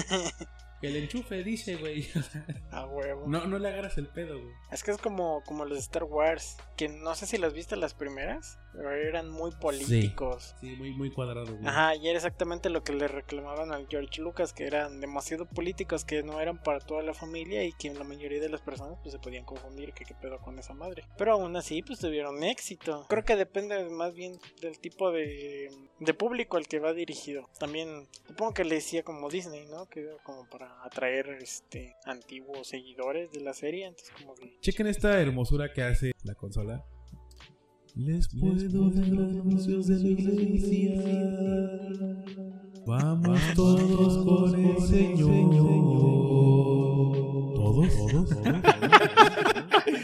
S1: Que el enchufe dice, güey. *laughs*
S2: A huevo.
S1: No, no le agarras el pedo, güey.
S2: Es que es como, como los de Star Wars, que no sé si las viste las primeras, pero eran muy políticos.
S1: Sí, muy, muy cuadrado, güey.
S2: Ajá, y era exactamente lo que le reclamaban al George Lucas, que eran demasiado políticos, que no eran para toda la familia y que la mayoría de las personas pues se podían confundir que qué pedo con esa madre. Pero aún así pues tuvieron éxito. Creo que depende más bien del tipo de, de público al que va dirigido. También supongo que le decía como Disney, ¿no? Que era como para atraer este antiguos seguidores de la serie, entonces como que
S1: Chequen esta hermosura que hace la consola. Les puedo dar anuncios de la iglesia. Vamos todos con el Señor. Todos, todos, *laughs* todos.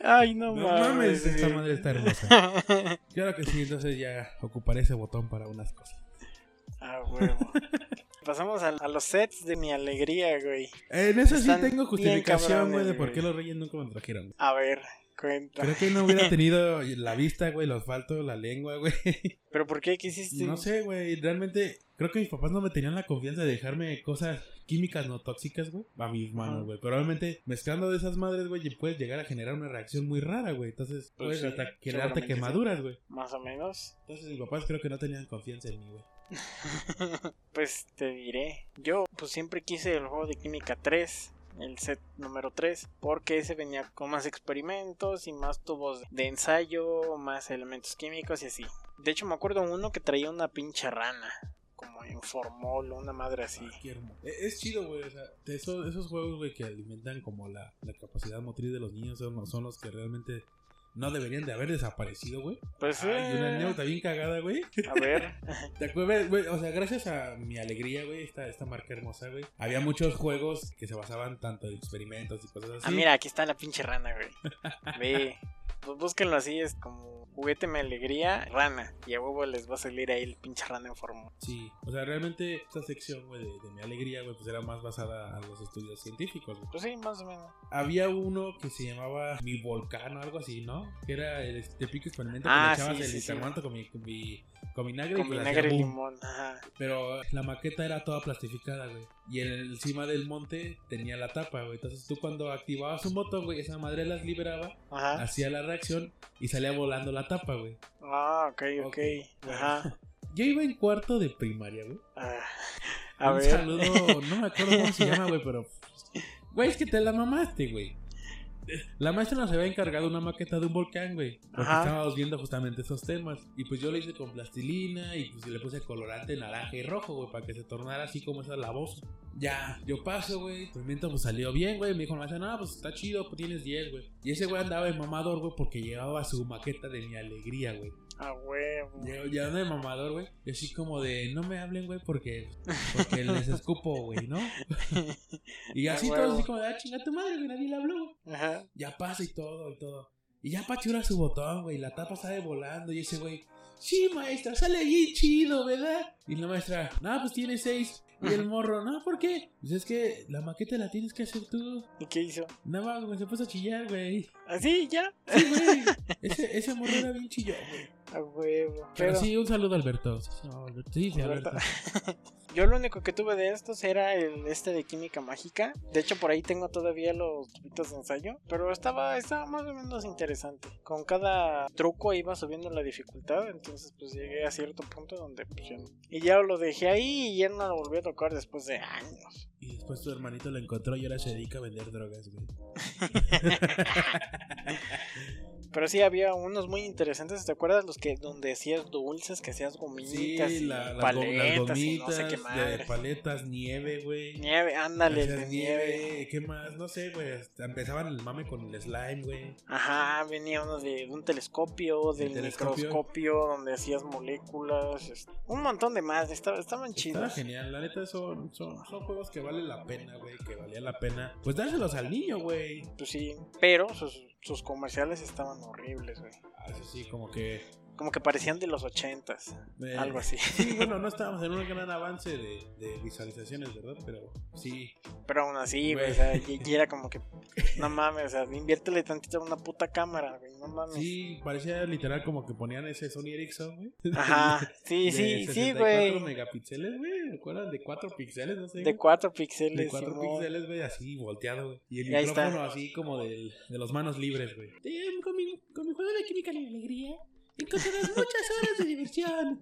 S2: Ay, no,
S1: No
S2: mames.
S1: mames, esta
S2: güey.
S1: madre está hermosa. Claro que sí, entonces ya ocuparé ese botón para unas cosas.
S2: *laughs* Ah, huevo. Pasamos a, a los sets de mi alegría, güey.
S1: En eso sí
S2: Están
S1: tengo
S2: bien
S1: justificación, güey, de
S2: cabrones,
S1: por qué
S2: güey.
S1: los reyes nunca me trajeron.
S2: *laughs* A ver, cuenta.
S1: Creo que no hubiera tenido la vista, güey, los faltos, la lengua, güey.
S2: ¿Pero por qué quisiste?
S1: No sé, güey. Realmente creo que mis papás no me tenían la confianza de dejarme cosas químicas no tóxicas, güey. A mis manos,
S2: Ajá.
S1: güey. Pero obviamente mezclando de esas madres, güey, puedes llegar a generar una reacción muy rara, güey. Entonces
S2: Pues
S1: puedes
S2: sí,
S1: hasta generarte
S2: seguramente
S1: quemaduras, güey.
S2: Más o menos.
S1: Entonces mis papás creo que no tenían confianza en mí, güey.
S2: Pues te diré. Yo, pues siempre quise el juego de Química 3. El set número 3, porque ese venía con más experimentos y más tubos de ensayo, más elementos químicos y así. De hecho, me acuerdo uno que traía una pinche rana, como en formol o una madre así.
S1: Ah, qué hermoso. E- Es chido, güey. O sea, de esos, esos juegos, güey, que alimentan como la, la capacidad motriz de los niños son, los- son los que realmente no deberían de haber desaparecido, güey.
S2: Pues,
S1: Ay, una
S2: eh,
S1: anécdota bien cagada, güey.
S2: a ver,
S1: ¿Te acuerdas, güey? O sea, gracias a mi alegría, güey, esta, esta marca hermosa, güey. Había muchos juegos que se basaban tanto en experimentos y cosas así.
S2: Ah, mira, aquí está la pinche rana,
S1: *laughs*
S2: güey. Ve, pues búsquenlo así, es como juguete me alegría, rana. Y a huevo les va a salir ahí el pinche rana en forma.
S1: Sí. O sea, realmente esta sección, güey, de, de mi alegría, güey, pues era más basada a los estudios científicos, güey.
S2: Pues sí, más o menos.
S1: Había uno que se llamaba Mi Volcán o algo así, ¿no? Que era el este pico experimento
S2: Ah,
S1: que le echabas
S2: sí,
S1: el
S2: sí, sí.
S1: bicarbonato con, mi, con, mi- con vinagre y
S2: Con
S1: que le
S2: vinagre
S1: hacía
S2: y
S1: boom.
S2: limón, ajá.
S1: Pero la maqueta era toda plastificada, güey. Y en el- encima del monte tenía la tapa, güey. Entonces tú cuando activabas un botón, güey, esa madre las liberaba
S2: Ajá.
S1: hacía la reacción y salía volando la tapa, güey.
S2: Ah, ok, ok.
S1: Ok, bueno. *laughs*
S2: Ajá.
S1: Yo iba en cuarto de primaria, güey.
S2: Ah, A
S1: Un
S2: ver.
S1: saludo, no me acuerdo cómo se llama, güey, pero. Güey, es que te la mamaste, güey. La maestra nos había encargado una maqueta de un volcán, güey. Porque
S2: Ajá.
S1: estábamos viendo justamente esos temas. Y pues yo le hice con plastilina y pues le puse colorante naranja y rojo, güey, para que se tornara así como esa lavosa. Ya, yo paso, güey. El movimiento pues salió bien, güey. Me dijo, no, nada, pues está chido, pues tienes 10, güey. Y ese güey andaba de mamador, güey, porque llevaba su maqueta de mi alegría, güey.
S2: A huevo.
S1: Ya, ya ando de mamador, güey. Y así como de, no me hablen, güey, porque, porque les escupo, güey, ¿no?
S2: *laughs*
S1: Y así
S2: huevo.
S1: todo, así como de, ah, chinga tu madre, güey, nadie le habló, güey.
S2: Ajá.
S1: Ya pasa y todo, y todo. Y ya pachura su botón, güey. La tapa sale volando y ese güey. Sí, maestra, sale allí chido, ¿verdad? Y la maestra, no, pues tiene seis. Y el morro, no, ¿por qué? Pues es que la maqueta la tienes que hacer tú.
S2: ¿Y qué hizo?
S1: Nada más, güey, se puso a chillar, güey.
S2: Así, ya.
S1: Sí,
S2: *laughs*
S1: güey. Ese, ese morro era bien chillón, güey.
S2: A huevo.
S1: Pero
S2: Pero
S1: sí, un saludo, Alberto. Sí, sí, Alberto. Sí, sí,
S2: Alberto.
S1: Alberto.
S2: yo lo único que tuve de estos era el este de química mágica. De hecho, por ahí tengo todavía los tubitos de ensayo. Pero estaba, estaba más o menos interesante. Con cada truco iba subiendo la dificultad. Entonces, pues llegué a cierto punto donde pues, ya no- Y ya lo dejé ahí y ya no lo volví a tocar después de años.
S1: Y después tu hermanito lo encontró y ahora se dedica a vender drogas, güey.
S2: Pero sí había unos muy interesantes, ¿te acuerdas? Los que donde hacías dulces, que hacías gomitas,
S1: Sí,
S2: y
S1: la, las, go- las
S2: paletas, y no
S1: gomitas,
S2: sé
S1: de
S2: qué madre.
S1: paletas, nieve, güey.
S2: Nieve, ándale,
S1: Hacías
S2: de nieve.
S1: ¿Qué más? No sé, güey. hasta Empezaban el mame con el slime, güey.
S2: Ajá, venía uno de, de un telescopio, del
S1: telescopio.
S2: microscopio, donde hacías moléculas, es- un montón de más, estaba- estaban
S1: Estaba
S2: chidas.
S1: genial. La neta, son, son, son juegos que valen la pena, güey. Que valía la pena. Pues dárselos al niño, güey.
S2: Pues sí, pero sus, sus comerciales estaban horribles, güey.
S1: Así, sí, como que.
S2: Como que parecían de los ochentas,
S1: eh,
S2: algo así. *laughs*
S1: Sí, bueno, no estábamos en un gran avance de, de visualizaciones, ¿verdad? Pero sí.
S2: Pero aún así, güey,
S1: Güey.
S2: o sea, y, y era como que,
S1: *laughs*
S2: no mames, o sea, inviértele tantito a una puta cámara, güey, no mames.
S1: Sí, parecía literal como que ponían ese Sony Ericsson, güey.
S2: Ajá, sí,
S1: De
S2: sí, sí,
S1: 64
S2: güey.
S1: megapíxeles, güey. ¿Recuerdan? De 4 píxeles, no sé.
S2: De
S1: güey.
S2: 4 píxeles.
S1: De cuatro
S2: Simón.
S1: píxeles, güey, así, volteado, güey. Y el
S2: Y ahí está.
S1: micrófono así como del, de los manos libres, güey. Eh, Con mi, con mi juego de química y alegría encontrarás muchas horas de diversión.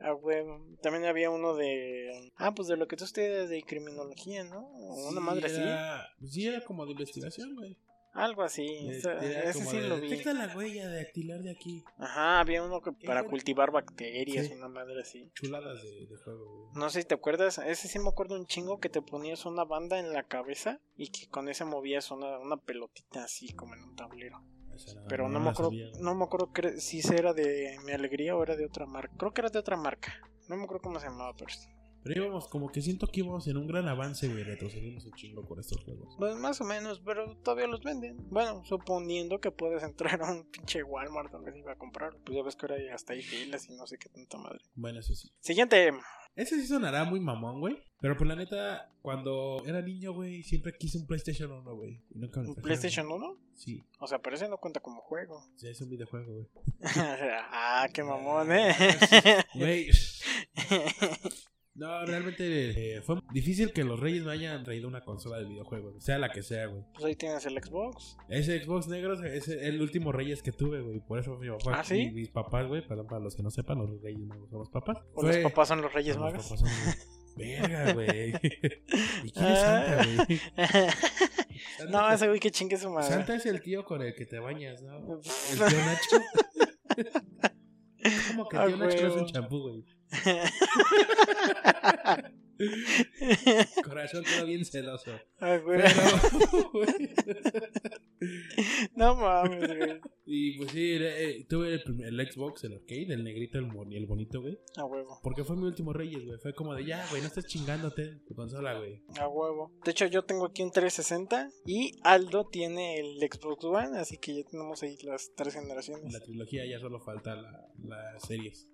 S2: Ah, huevo. También había uno de. Ah, pues de lo que tú estudias de criminología, ¿no? O *laughs* Una madre así.
S1: era, pues Sí, era como de investigación, güey.
S2: Algo así.
S1: Eh,
S2: o sea,
S1: era
S2: ese
S1: como
S2: sí
S1: de,
S2: lo vi.
S1: Detecta la huella de dactilar de aquí.
S2: Ajá, había uno que para
S1: Era-
S2: cultivar bacterias,
S1: Sí.
S2: una madre así.
S1: Chuladas de, de juego, güey.
S2: No sé si te acuerdas, ese sí me acuerdo un chingo que te ponías una banda en la cabeza y que con esa movías una, una pelotita así como en un tablero.
S1: O sea,
S2: Pero no,
S1: Ah,
S2: me
S1: la
S2: acuerdo,
S1: sabía, güey.
S2: no me acuerdo que- si ese era de Mi Alegría o era de otra marca. Creo que era de otra marca. No me acuerdo cómo se llamaba, pero sí.
S1: Pero íbamos, como que siento que íbamos en un gran avance, güey. Retrocedimos un chingo con estos juegos.
S2: Pues más o menos, pero todavía los venden. Bueno, suponiendo que puedes entrar a un pinche Walmart donde se iba a comprar. Pues ya ves que ahora hay hasta hay filas y no sé qué tanta madre.
S1: Bueno, eso sí.
S2: Siguiente.
S1: Ese sí sonará muy mamón, güey. Pero por la neta, cuando era niño, güey, siempre quise un PlayStation 1, güey. Y nunca me lo
S2: ¿un
S1: trajeron.
S2: PlayStation 1.
S1: Sí,
S2: O sea, pero ese no cuenta como juego. *laughs*
S1: ya es un videojuego, güey.
S2: ah, qué mamón, eh.
S1: Güey. No, realmente eh, fue difícil que los reyes me hayan traído una consola de videojuegos, sea la que sea, güey.
S2: pues ahí tienes el Xbox.
S1: Ese Xbox negro es el último reyes que tuve, güey. Por eso mi papá,
S2: ¿Ah, sí?
S1: mi- mis papás, güey, perdón, para los que no sepan, los reyes no son los papás.
S2: O
S1: Fue-
S2: los papás son los Reyes
S1: los
S2: Magos.
S1: papás son- Verga,
S2: *laughs*
S1: güey. *laughs* ¿Y quién es
S2: Ah.
S1: Santa, güey? Santa
S2: *laughs* no,
S1: es-
S2: ese güey que chingue su madre.
S1: Santa es el tío con el que te bañas,
S2: *laughs*
S1: ¿no? El tío Nacho. Como que el
S2: Ah,
S1: tío Nacho no es
S2: huevo.
S1: un champú,
S2: *laughs*
S1: güey. Corazón quedó bien celoso.
S2: Ah, güey.
S1: Pero, *laughs* güey,
S2: No mames, güey.
S1: y pues sí, era, eh, tuve el, primer- el Xbox, el arcade, el negrito, el, mon- el bonito, güey.
S2: A huevo.
S1: Porque fue mi último Reyes, güey. Fue como de ya, güey, no estés chingándote tu consola, güey.
S2: A huevo. De hecho, yo tengo aquí un 360 y Aldo tiene el Xbox One, así que ya tenemos ahí las tres
S1: En la
S2: generaciones.
S1: trilogía ya solo falta la, las series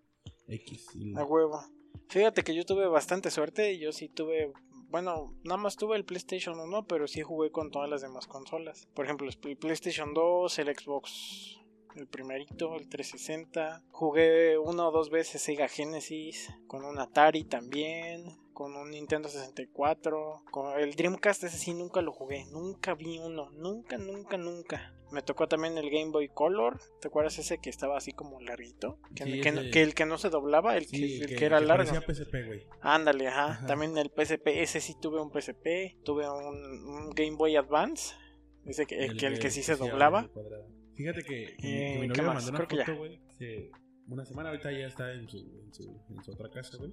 S1: X y
S2: A huevo. Fíjate que yo tuve bastante suerte, yo sí tuve, bueno, nada más tuve el PlayStation 1, pero sí jugué con todas las demás consolas. Por ejemplo, el PlayStation 2, el Xbox, el primerito, el 360. Jugué una o dos veces Sega Genesis, con un Atari también, con un Nintendo 64, con el Dreamcast ese sí nunca lo jugué, nunca vi uno, nunca, nunca, nunca. Me tocó también el Game Boy Color, ¿te acuerdas ese que estaba así como larguito? Que,
S1: Sí,
S2: que no-
S1: ese-
S2: que el que no se doblaba, el, que, el que era largo.
S1: Parecía PSP, güey.
S2: Ándale, ajá.
S1: Ajá.
S2: También el PSP, ese sí tuve un PSP, tuve un, un Game Boy Advance. Dice que el que, el que sí se doblaba.
S1: el cuadrado. Fíjate que, que mi-
S2: Eh,
S1: que mi
S2: ¿qué
S1: novia me
S2: más?
S1: mandó una
S2: Creo que ya.
S1: foto, güey. hace Una semana ahorita ya está en su, en su, en su otra casa, güey.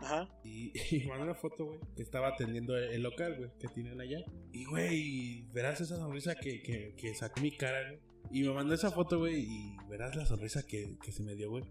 S2: Ajá.
S1: Y, *laughs* y mandó una foto, güey. que Estaba atendiendo el, el local, güey, que tienen allá. Y, güey, verás esa sonrisa que, que, que sacó mi cara, güey. Y me mandó esa foto, güey, y verás la sonrisa que, que se me dio, güey.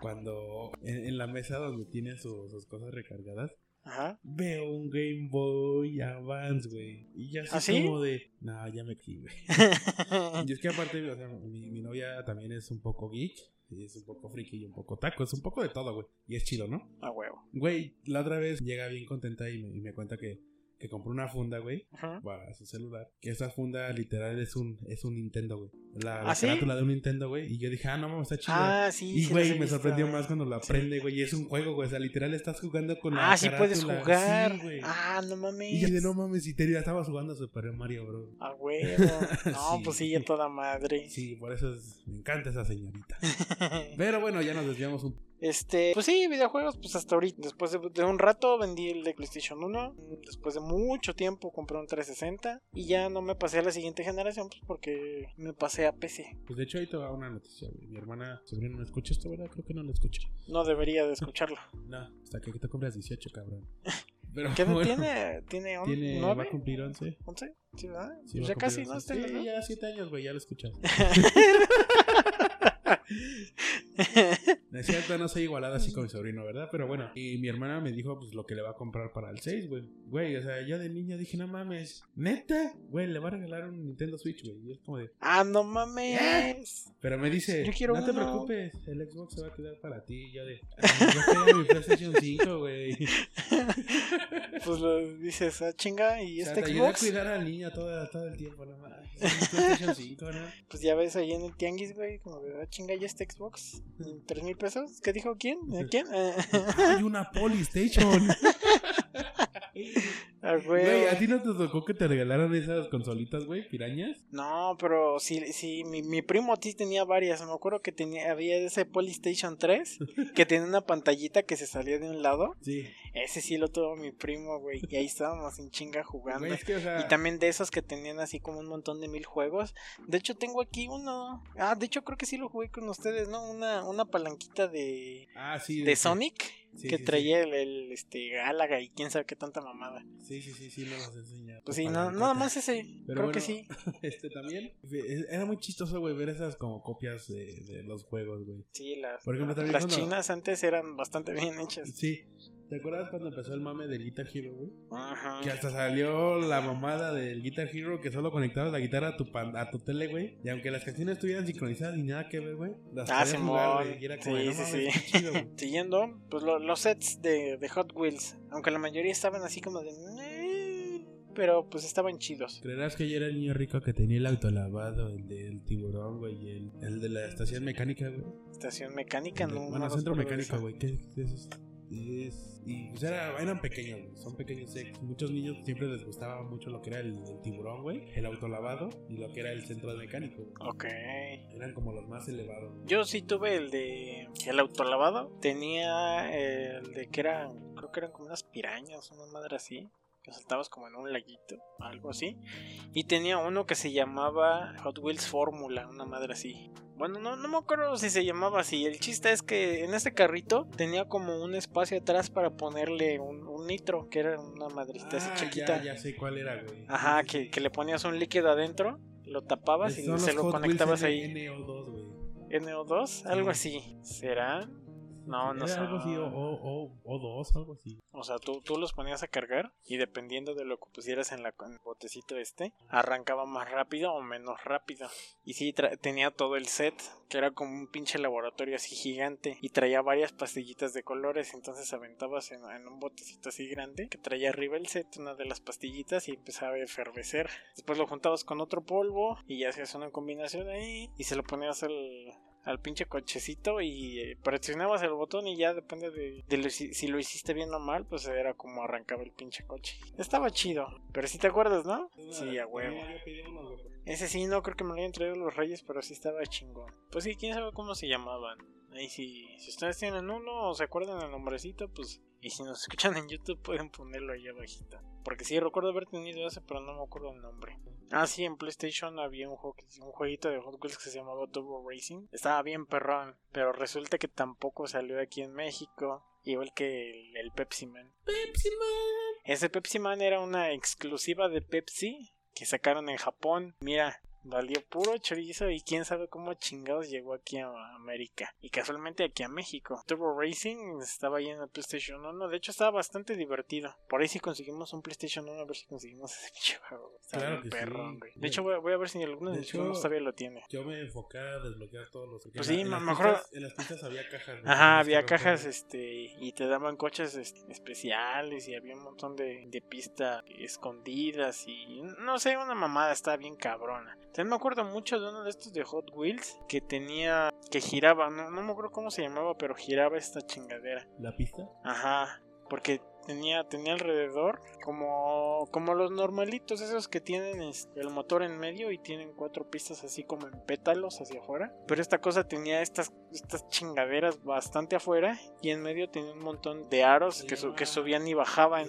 S1: Cuando en, en la mesa donde tiene su- sus cosas recargadas, *laughs*
S2: Ajá.
S1: veo un Game Boy Advance, güey. Y ya así
S2: ¿Ah, sí?
S1: como de, no, ya me quedé, güey.
S2: *laughs*
S1: Y es que aparte, o sea, mi, mi novia también es un poco geek, y es un poco friki y un poco taco, es un poco de todo, güey. Y es chido, ¿no?
S2: A huevo.
S1: Güey, la otra vez llega bien contenta y me, y me cuenta que, que compró una funda, güey,
S2: Ajá.
S1: para su celular. Que esa funda literal es un, es un Nintendo, güey. La, la
S2: ¿Ah, sí?
S1: carátula de un Nintendo, güey. Y yo dije, ah, no mames, está chida.
S2: Ah, sí.
S1: y
S2: sí las
S1: güey,
S2: he
S1: me
S2: visto.
S1: sorprendió más cuando la prende, güey. Y es un juego, güey. O sea, literal estás jugando con la
S2: Ah, sí puedes
S1: carátula.
S2: jugar.
S1: Sí, güey.
S2: ah, no mames.
S1: y yo de no mames, y te digo, estabas jugando a Super Mario, bro. *laughs*
S2: A huevo. No,
S1: Sí.
S2: pues sí, ya toda madre. *laughs*
S1: Sí, por eso es- me encanta esa señorita. Pero bueno, ya nos desviamos un
S2: Este, pues sí, videojuegos, pues hasta ahorita. Después de, de un rato vendí el de PlayStation 1. Después de mucho tiempo compré un 360. Y ya no me pasé a la siguiente generación, pues porque me pasé a PC.
S1: Pues de hecho, ahí te va una noticia, güey. Mi hermana, sobrina, ¿no escucha esto, verdad? Creo que no lo escucha.
S2: No debería
S1: *laughs*
S2: de escucharlo.
S1: No, hasta que te compras 18, cabrón. Pero
S2: ¿Qué edad
S1: bueno,
S2: tiene? ¿Tiene, un,
S1: tiene- va a
S2: nueve?
S1: cumplir 11.
S2: ¿Once? Sí, ¿verdad? Pues
S1: Sí, va
S2: ya
S1: a cumplir
S2: casi,
S1: 11.
S2: ¿no? Está en la
S1: Sí,
S2: edad.
S1: ya 7 años, güey, ya lo
S2: *laughs*
S1: escuchas. No es cierto, no soy igualada así con mi sobrino, ¿verdad? Pero bueno, y mi hermana me dijo, pues, lo que le va a comprar para el 6, güey. Güey, o sea, yo de niña dije, no mames, ¿neta? Güey, le va a regalar un Nintendo Switch, güey. Y es como de...
S2: ah, no
S1: *laughs*
S2: mames.
S1: Pero me dice,
S2: Yo quiero
S1: no te
S2: uno".
S1: preocupes, el Xbox se va a quedar para ti. Y yo de, "Ah, yo quiero mi PlayStation 5, güey.
S2: Pues lo dices, ah, chinga, *laughs* y
S1: O sea,
S2: este
S1: te ayudé a
S2: Xbox.
S1: cuidar al niño todo, todo el tiempo, no mames. Es un PlayStation 5, ¿no?
S2: Pues ya ves ahí en el tianguis, güey, como de, ah, chinga, y este Xbox. en ¿Tres mil pesos? ¿Qué dijo quién? ¿A
S1: *laughs*
S2: quién? *laughs*
S1: Hay una Polystation.
S2: Ah,
S1: Güey,
S2: *laughs* güey.
S1: ¿a ti no te tocó que te regalaran esas consolitas, güey? ¿Pirañas?
S2: No, pero sí, sí, mi, mi primo sí tenía varias. Me acuerdo que tenía, había ese
S1: *laughs*
S2: Polystation 3 que tenía una pantallita que se salía de un lado.
S1: Sí.
S2: Ese sí lo tuvo mi primo, güey. Y ahí estábamos en chinga jugando.
S1: Güey, es que, o sea,
S2: Y también de esos que tenían así como un montón de mil juegos. De hecho, tengo aquí uno. Ah, de hecho, creo que sí lo jugué con ustedes, ¿no? Una, una palanquita de,
S1: ah, sí,
S2: de
S1: sí.
S2: Sonic
S1: Sí,
S2: que
S1: sí,
S2: traía el, el, este, Galaga y quién sabe qué tanta mamada.
S1: Sí, sí, sí, sí, no los enseñaba.
S2: Pues sí, no- nada más ese. creo
S1: bueno,
S2: que sí.
S1: Este también. Fe- Era muy chistoso, güey, ver esas como copias de, de los juegos, güey.
S2: Sí, las,
S1: Por ejemplo, también
S2: las
S1: cuando-
S2: chinas antes eran bastante bien *laughs* hechas.
S1: Sí. ¿Te acuerdas cuando empezó el mame del Guitar Hero, güey?
S2: Ajá.
S1: Que hasta salió la mamada del Guitar Hero que solo conectabas la guitarra a tu, pan- a tu tele, güey. Y aunque las canciones estuvieran sincronizadas y nada que ver, güey. Las
S2: Ah,
S1: podías
S2: Simón.
S1: jugar, güey. Y era como,
S2: Sí,
S1: no
S2: sí,
S1: mames,
S2: sí.
S1: qué chido, güey. *laughs*
S2: Siguiendo, pues lo- los sets de, de Hot Wheels, aunque la mayoría estaban así como de... "Meh", Pero pues estaban chidos.
S1: Creerás que yo era el niño rico que tenía el auto lavado, el del tiburón, güey, y el, el de la estación mecánica, güey.
S2: Estación mecánica,
S1: El de-
S2: no.
S1: bueno,
S2: no
S1: centro
S2: recuerdo
S1: mecánico,
S2: eso.
S1: güey. ¿Qué qué es eso? Es- y pues era- eran pequeños, güey, son pequeños sex. Muchos niños siempre les gustaba mucho lo que era el, el tiburón, güey, el auto lavado y lo que era el centro mecánico. güey.
S2: Ok.
S1: Eran como los más elevados. güey.
S2: Yo sí tuve el de... El autolavado. Tenía el de que eran... Creo que eran como unas pirañas, una madre así. Que saltabas como en un laguito, algo así. Y tenía uno que se llamaba Hot Wheels Fórmula, una madre así. Bueno, no, no me acuerdo si se llamaba así. El chiste es que en este carrito tenía como un espacio atrás para ponerle un, un nitro, que era una madrecita
S1: Ah,
S2: así chiquita.
S1: Ya, ya sé cuál era, güey.
S2: Ajá, que, que le ponías un líquido adentro, lo tapabas y
S1: Son
S2: se
S1: los
S2: lo
S1: Hot Wheels
S2: conectabas
S1: N-
S2: ahí.
S1: NO2, güey.
S2: ¿NO2? Algo así. ¿Será? No, no
S1: Era
S2: sé.
S1: algo así, o, o, o, O2, algo así.
S2: O sea, tú, tú los ponías a cargar y dependiendo de lo que pusieras en, la, en el botecito este, arrancaba más rápido o menos rápido. Y sí, tra- tenía todo el set, que era como un pinche laboratorio así gigante y traía varias pastillitas de colores, entonces aventabas en, en un botecito así grande que traía arriba el set, una de las pastillitas y empezaba a efervecer. Después lo juntabas con otro polvo y ya hacías una combinación ahí y se lo ponías al, al pinche cochecito y eh, presionabas el botón y ya depende de, de lo hici- si lo hiciste bien o mal, pues era como arrancaba el pinche coche. Estaba chido, pero si te acuerdas, ¿no? Sí, a huevo.
S1: También había pedido unos, güey.
S2: Ese sí, no creo que me lo hayan traído los reyes, pero sí estaba chingón. Pues sí, quién sabe cómo se llamaban. Ahí sí, si ustedes tienen uno o se acuerdan el nombrecito, pues... Y si nos *laughs* escuchan en YouTube pueden ponerlo ahí abajito. Porque sí, recuerdo haber tenido ese, pero no me acuerdo el nombre. Ah, sí, en PlayStation había un, juego, que- un jueguito de Hot Wheels que se llamaba Turbo Racing. Estaba bien perrón, pero resulta que tampoco salió aquí en México. Igual que el, el Pepsi Man.
S1: Pepsi Man.
S2: Ese Pepsi Man era una exclusiva de Pepsi que sacaron en Japón. Mira, valió puro chorizo y quién sabe cómo chingados llegó aquí a América. Y casualmente aquí a México. Turbo Racing estaba ahí en el PlayStation 1. De hecho, estaba bastante divertido. Por ahí si conseguimos un PlayStation 1, a ver si conseguimos ese *laughs* pinche juego. Está
S1: Claro
S2: bien
S1: que sí.
S2: perrón, güey. De hecho, voy a, voy a ver si alguno de
S1: De hecho-
S2: nosotros todavía lo tiene.
S1: Yo me enfocaba a desbloquear todos los.
S2: Pues
S1: en
S2: sí,
S1: la- en
S2: ma-
S1: las
S2: mejor-
S1: pistas- en las pistas había cajas. güey,
S2: Ajá,
S1: tenías que
S2: había
S1: romper-
S2: cajas este y te daban coches este, especiales y había un montón de, de pistas escondidas y no sé, una mamada estaba bien cabrona. También me acuerdo mucho de uno de estos de Hot Wheels que tenía, que giraba, no, no me acuerdo cómo se llamaba, pero giraba esta chingadera.
S1: La pista.
S2: Ajá, porque tenía, tenía alrededor como, como los normalitos, esos que tienen este, el motor en medio y tienen cuatro pistas así como en pétalos hacia afuera. Pero esta cosa tenía estas, estas chingaderas bastante afuera y en medio tenía un montón de aros que, su- que subían y bajaban.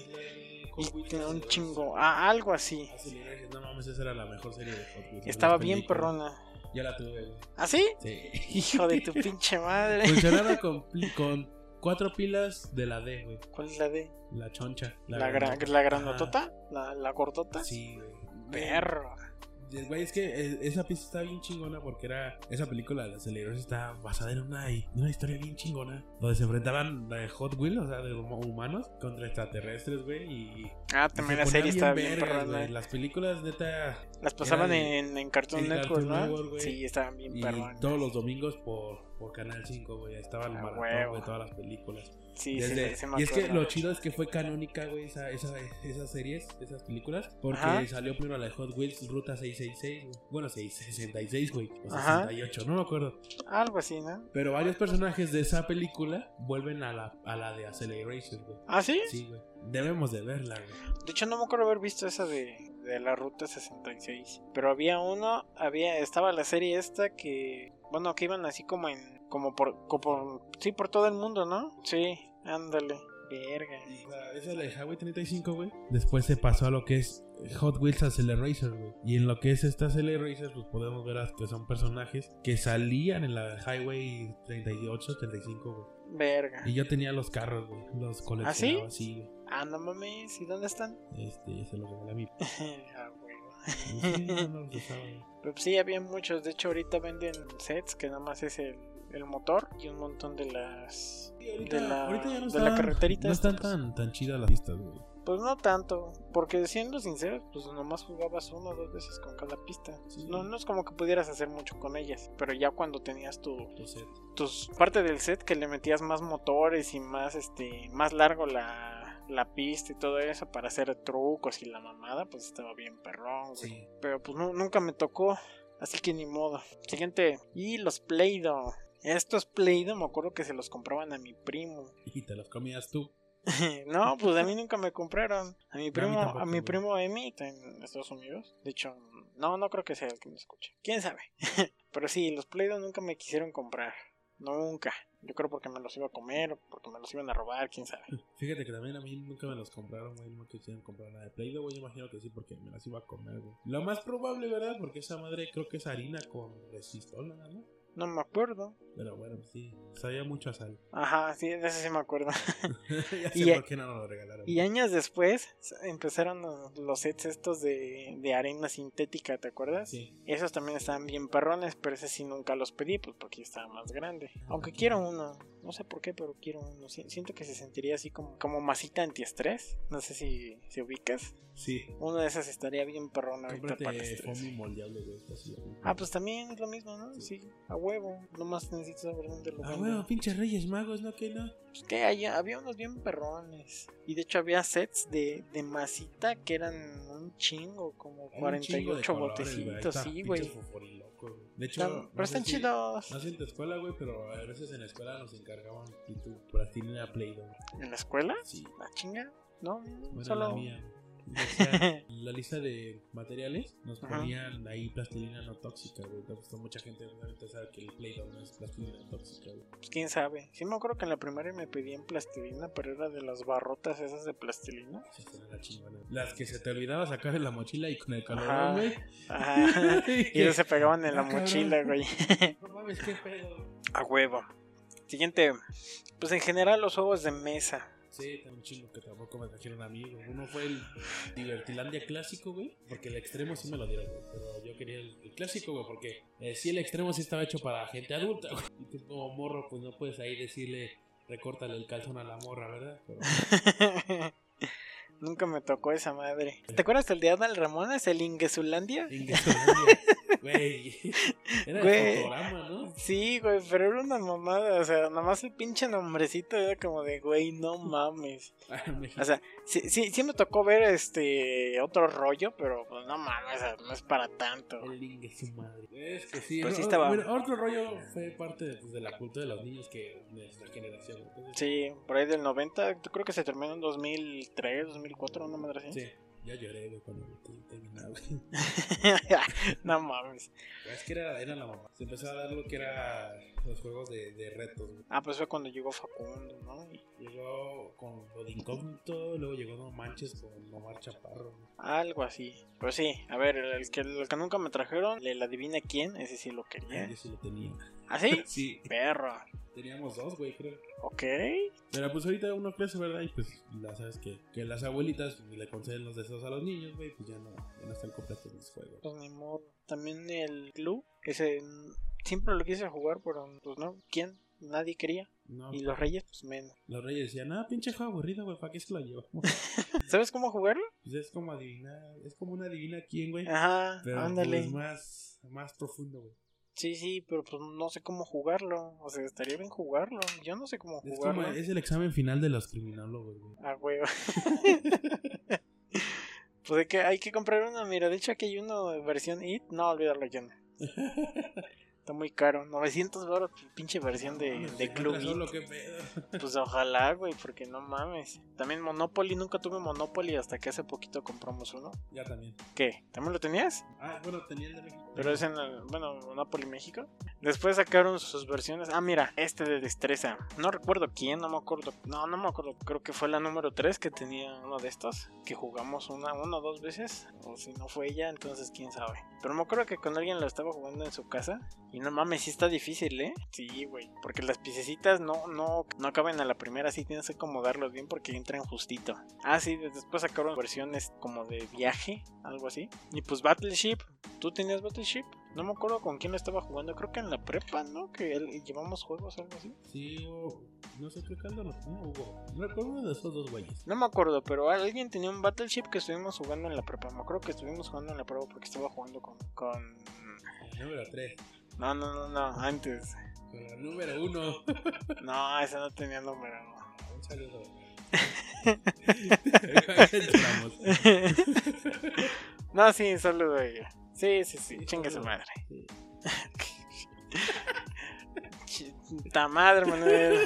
S2: Y tenía un chingo, ah, algo así.
S1: Acelerar, y No mames, esa era la mejor serie de Hot Wheels,
S2: Estaba
S1: las
S2: bien
S1: películas.
S2: perrona.
S1: Ya la tuve, güey.
S2: ¿Así?
S1: Sí.
S2: *laughs* Hijo
S1: *laughs*
S2: de tu pinche madre.
S1: Funcionaba con, pli- con cuatro pilas de la D, güey.
S2: ¿Cuál es la de?
S1: La choncha.
S2: La, gran,
S1: grandota.
S2: la granotota, la, la gordota.
S1: Ajá. Sí, güey.
S2: Perro.
S1: Del- Güey, es que eh, esa pista está bien chingona porque era. Esa película de Aceleros está basada en una, hi- una historia bien chingona. Donde se enfrentaban eh, Hot Wheels, o sea, de hum- humanos contra extraterrestres, güey. Y.
S2: Ah,
S1: y
S2: también
S1: se
S2: la serie
S1: ponía
S2: estaba bien
S1: vergas,
S2: perrona. eh.
S1: güey. Las películas, neta.
S2: Las pasaban
S1: Eran
S2: en, en Cartoon
S1: en
S2: Network,
S1: Cartoon
S2: ¿no?
S1: Network, güey.
S2: sí, estaban bien
S1: Y
S2: perronas.
S1: todos los domingos por, por Canal 5, güey. Estaba el
S2: A
S1: maratón,
S2: huevo.
S1: güey, todas las películas.
S2: Sí,
S1: Desde-
S2: sí, sí, me
S1: y es que
S2: acuerdo.
S1: lo chido es que fue canónica, güey, esa, esa- esas series, esas películas. Porque
S2: Ajá.
S1: salió primero la de Hot Wheels Ruta 666, güey. Bueno, 666, güey. O
S2: Ajá.
S1: 68, no me acuerdo.
S2: Algo así, ¿no?
S1: Pero varios personajes de esa película vuelven a la, a la de Acceleration, güey.
S2: ¿Ah, sí?
S1: Sí, güey. Debemos de verla, güey.
S2: De hecho, no me acuerdo haber visto esa de, de la Ruta 66. Pero había uno, había estaba la serie esta que... Bueno, que iban así como en... Como por... Como por- sí, por todo el mundo, ¿no? Sí, ándale. Verga.
S1: Y, o sea, esa es la de Highway 35, güey. Después se pasó a lo que es Hot Wheels Acceleration, güey. Y en lo que es esta Acceleration, pues podemos ver a- que son personajes que salían en la Highway 38, 35, güey.
S2: Verga.
S1: Y yo tenía los carros, güey. Los coleccionaba
S2: ¿Ah, sí?
S1: así,
S2: Ah, no mames. ¿Y dónde están? *laughs*
S1: güey. Este, se los regalé a mi p-
S2: ah, huevo.
S1: Sí, no los usaba, güey.
S2: Pero sí, había muchos. De hecho, ahorita venden sets que nada más es el, el motor y un montón de las.
S1: Y ahorita,
S2: De la-
S1: ahorita ya no
S2: de la
S1: están,
S2: carreterita
S1: no
S2: esta,
S1: están
S2: pues.
S1: tan, tan chidas las pistas, güey.
S2: Pues no tanto, porque siendo sinceros, pues nomás jugabas una o dos veces con cada pista.
S1: Sí.
S2: No, no es como que pudieras hacer mucho con ellas, pero ya cuando tenías tu
S1: Entonces,
S2: tus parte del set que le metías más motores y más este más largo la, la pista y todo eso para hacer trucos y la mamada, pues estaba bien perrón, güey.
S1: sí.
S2: pero pues nu- nunca me tocó, así que ni modo. Siguiente, y los Play-Doh. Estos Play-Doh me acuerdo que se los compraban a mi primo. *laughs*
S1: Y te las comías tú.
S2: no, pues a mí nunca me compraron. A mi primo, a,
S1: tampoco,
S2: mi
S1: güey.
S2: primo Emi está en Estados Unidos. De hecho, no, no creo que sea el que me escuche. ¿Quién sabe? *laughs* pero sí, los Play-Doh nunca me quisieron comprar. Nunca. Yo creo porque me los iba a comer, o porque me los iban a robar, quién sabe.
S1: Fíjate que también a mí nunca me los compraron, güey. No me quisieron comprar nada de Play-Doh, güey. Yo imagino que sí, porque me las iba a comer, güey. Lo más probable, ¿verdad? Porque esa madre creo que es harina con resistola, ¿no?
S2: No me acuerdo.
S1: Pero bueno, pues sí. Sabía mucho a sal. *laughs*
S2: Ajá, sí, de eso sí me acuerdo.
S1: ya
S2: Y-
S1: sé por qué no nos lo regalaron.
S2: Y años después s- empezaron los- los sets estos de, de arena sintética, ¿te acuerdas?
S1: Sí.
S2: Esos también estaban bien perrones, pero ese sí nunca los pedí, pues porque yo estaba más grande.
S1: Ah,
S2: Aunque quiero uno, no sé por qué, pero quiero uno. Si- Siento que se sentiría así como, como masita antiestrés, no sé si se ubicas.
S1: Sí.
S2: Uno de esas estaría bien perrón ahorita para
S1: Cómprate
S2: estrés.
S1: foamy moldeable, güey. está así.
S2: Ah, pues también es lo mismo, ¿no? Sí, a huevo. Nomás necesito saber dónde lo
S1: Ah,
S2: venden.
S1: huevo, pinches reyes magos, ¿no? que no?
S2: Pues que había, había unos bien perrones. Y de hecho había sets de, de masita que eran un chingo, como
S1: Hay un chingo de
S2: 48
S1: colores,
S2: botecitos,
S1: güey, ahí
S2: sí,
S1: está,
S2: güey.
S1: pinches foforilocos, güey. De hecho,
S2: Están-
S1: no
S2: pero
S1: sé
S2: están
S1: si-
S2: chidos.
S1: No sé en tu escuela, güey, pero a veces en la escuela nos encargaban y tu plastilina Play-Doh. güey.
S2: ¿En la escuela?
S1: Sí.
S2: ¿La chinga? No,
S1: Bueno,
S2: solo,
S1: la mía. y
S2: *laughs*
S1: hacían la lista de materiales, nos
S2: Ajá.
S1: ponían ahí plastilina no tóxica, güey. Entonces, mucha gente ahorita sabe que el Play-Doh no es plastilina tóxica, güey.
S2: Pues quién sabe. Sí me acuerdo que en la primaria me pedían plastilina, pero era de las barrotas esas
S1: *laughs*
S2: de plastilina.
S1: Esa era la chingona. Las que se te olvidaba sacar de la mochila y con el
S2: Ajá.
S1: calor, güey.
S2: Ajá. *laughs* Ah,
S1: *laughs*
S2: Y
S1: que-
S2: esas se pegaban en la
S1: Ah, cabrón.
S2: mochila, güey.
S1: No mames, qué pedo.
S2: A huevo. Siguiente. Pues en general los juegos de mesa.
S1: Sí, también chingo que tampoco me trajeron a mí, güey. Uno fue el Divertilandia clásico, güey. Porque el extremo sí me lo dieron, güey. Pero yo quería el, el clásico, güey. Porque eh, sí, el extremo sí estaba hecho para gente adulta, güey. Y tú como morro, pues no puedes ahí decirle, recórtale el calzón a la morra, ¿verdad? Pero,
S2: *laughs* Nunca me tocó esa madre. ¿Te acuerdas del de Adal Ramones, el Ingezulandia?
S1: Ingesolandia,
S2: *laughs*
S1: güey. Era
S2: Güey.
S1: el fotograma, ¿no?
S2: Sí, güey, pero era una mamada. O sea, nomás el pinche nombrecito era como de, güey, no mames.
S1: Ah, me-
S2: O sea, sí, sí, sí me tocó ver este otro rollo, pero pues no mames, o sea, no es para tanto.
S1: El lingue su madre. Es que sí,
S2: Pues
S1: no,
S2: sí estaba-
S1: bueno, otro rollo fue parte de, pues, de la cultura de los niños que de nuestra generación. Entonces,
S2: Sí, por ahí del 90, yo creo que se terminó en 2003, 2004, una madre así.
S1: Sí, ya lloré, güey, cuando lo te- terminaba, güey.
S2: *laughs* no mames.
S1: Es que era, era la mamá. Se empezó a dar lo que era los juegos de, de retos, güey.
S2: Ah, pues fue cuando llegó Facundo, ¿no?
S1: Llegó con lo de incógnito, luego llegó No Manches con Omar Chaparro. güey.
S2: Algo así. Pues sí, a ver, el, el que, el que nunca me trajeron, el adivina quién, ese sí lo quería.
S1: Yo sí lo tenía.
S2: ¿Ah, sí?
S1: ¿Eh? *laughs* Sí,
S2: Perro.
S1: teníamos dos, güey, creo.
S2: Ok.
S1: Pero pues ahorita uno crece, ¿verdad? Y pues la sabes que, que las abuelitas le conceden los deseos a los niños, güey, pues ya no, ya no están completos los juegos.
S2: Pues ni modo. También el Club, ese mm, siempre lo quise jugar, pero pues no, ¿quién? Nadie quería.
S1: No,
S2: Y los Reyes, pues menos.
S1: Los reyes decían, ah, pinche juego aburrido, güey, ¿para qué se lo llevamos?
S2: *laughs* ¿Sabes cómo jugarlo?
S1: pues es como adivinar, es como una adivina quién, güey.
S2: Ajá,
S1: pero
S2: Ah, ándale.
S1: pues, más, más profundo, güey.
S2: Sí, sí, pero pues no sé cómo jugarlo. O sea, estaría bien jugarlo. Yo no sé cómo
S1: Es como,
S2: jugarlo.
S1: es el examen final de los criminólogos,
S2: *laughs*
S1: güey.
S2: Ah, huevo. pues hay que, hay que comprar uno. Mira, de hecho aquí hay uno de versión IT. No, olvídalo, ya no. Está muy caro. 900 baros, pinche versión de,
S1: Mames,
S2: de
S1: encuentra
S2: Club
S1: solo, *laughs*
S2: It.
S1: qué pedo.
S2: Pues ojalá, güey, porque no mames. También Monopoly, nunca tuve Monopoly hasta que hace poquito compramos uno.
S1: Ya también.
S2: ¿Qué? ¿También lo tenías?
S1: Ah, bueno, tenía el de México.
S2: Pero es en, el- bueno, Napoli, México. Después sacaron sus versiones. Ah, mira, este de destreza. No recuerdo quién, no me acuerdo. No, no me acuerdo. Creo que fue la número 3 que tenía uno de estos. Que jugamos una, una o dos veces. O si no fue ella, entonces quién sabe. Pero me acuerdo que con alguien lo estaba jugando en su casa. Y no mames, sí está difícil, ¿eh? Sí, güey. Porque las piececitas no, no, no caben a la primera. Sí tienes que acomodarlos bien porque entran justito. Ah, sí, después sacaron versiones como de viaje, algo así. Y pues Battleship, ¿Tú tenías Battleship? No me acuerdo con quién lo estaba jugando. Creo que en la prepa, ¿no? Que el- llevamos juegos o algo así.
S1: Sí, o... No sé qué caldo lo tenía, Hugo. No Recuerdo uno de esos dos güeyes.
S2: No me acuerdo, pero alguien tenía un Battleship que estuvimos jugando en la prepa. Me acuerdo que estuvimos jugando en la prepa porque estaba jugando con. con...
S1: El número 3.
S2: No, no, no, no, antes.
S1: Con el número
S2: *laughs*
S1: 1.
S2: No, ese no tenía número. no.
S1: Un saludo. Entramos.
S2: No, sí, solo de ella. Sí, sí, sí, chingue su madre.
S1: Sí.
S2: Chita madre, Manuel.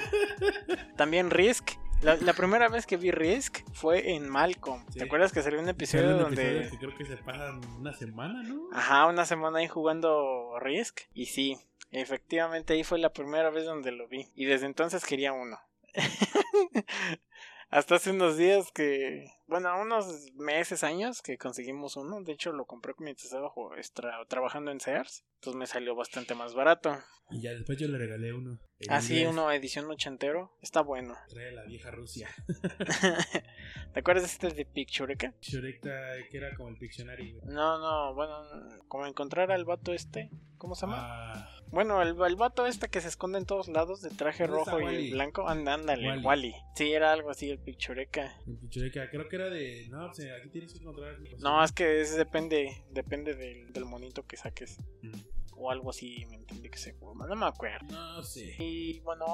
S2: También Risk. La, la primera vez que vi Risk fue en Malcolm.
S1: Sí.
S2: ¿Te acuerdas que salió un episodio
S1: Sale un
S2: donde. Ah.
S1: episodio que creo que se pasan una semana, ¿no?
S2: Ajá, una semana ahí jugando Risk. Y sí, efectivamente ahí fue la primera vez donde lo vi. Y desde entonces quería uno. *laughs* Hasta hace unos días que, bueno, unos meses, años que conseguimos uno. De hecho, lo compré mientras estaba ju- estra- trabajando en Sears. Entonces me salió bastante más barato.
S1: Y ya después yo le regalé uno. El
S2: Así,
S1: inglés.
S2: Ah, uno edición ochentero. Está bueno.
S1: Trae la vieja Rusia.
S2: ¿Te acuerdas de este de Pictureca?
S1: Shurekta, que era como el Pictionary, güey.
S2: No, no, bueno, como encontrar al vato este. ¿Cómo se llama?
S1: Ah,
S2: Bueno, el, el vato este que se esconde en todos lados de traje
S1: ¿Dónde está
S2: rojo y
S1: Wall-E?
S2: blanco. Anda, ándale,
S1: Wall-E.
S2: Wally. Sí, era algo así, el pichureca.
S1: el Pictionary, creo que era de. No, o sea, aquí tienes que encontrar.
S2: No, es que es, depende, depende del, del monito que saques.
S1: Mm.
S2: O algo así, me entendí que se forma. No me acuerdo.
S1: No sé.
S2: Y bueno,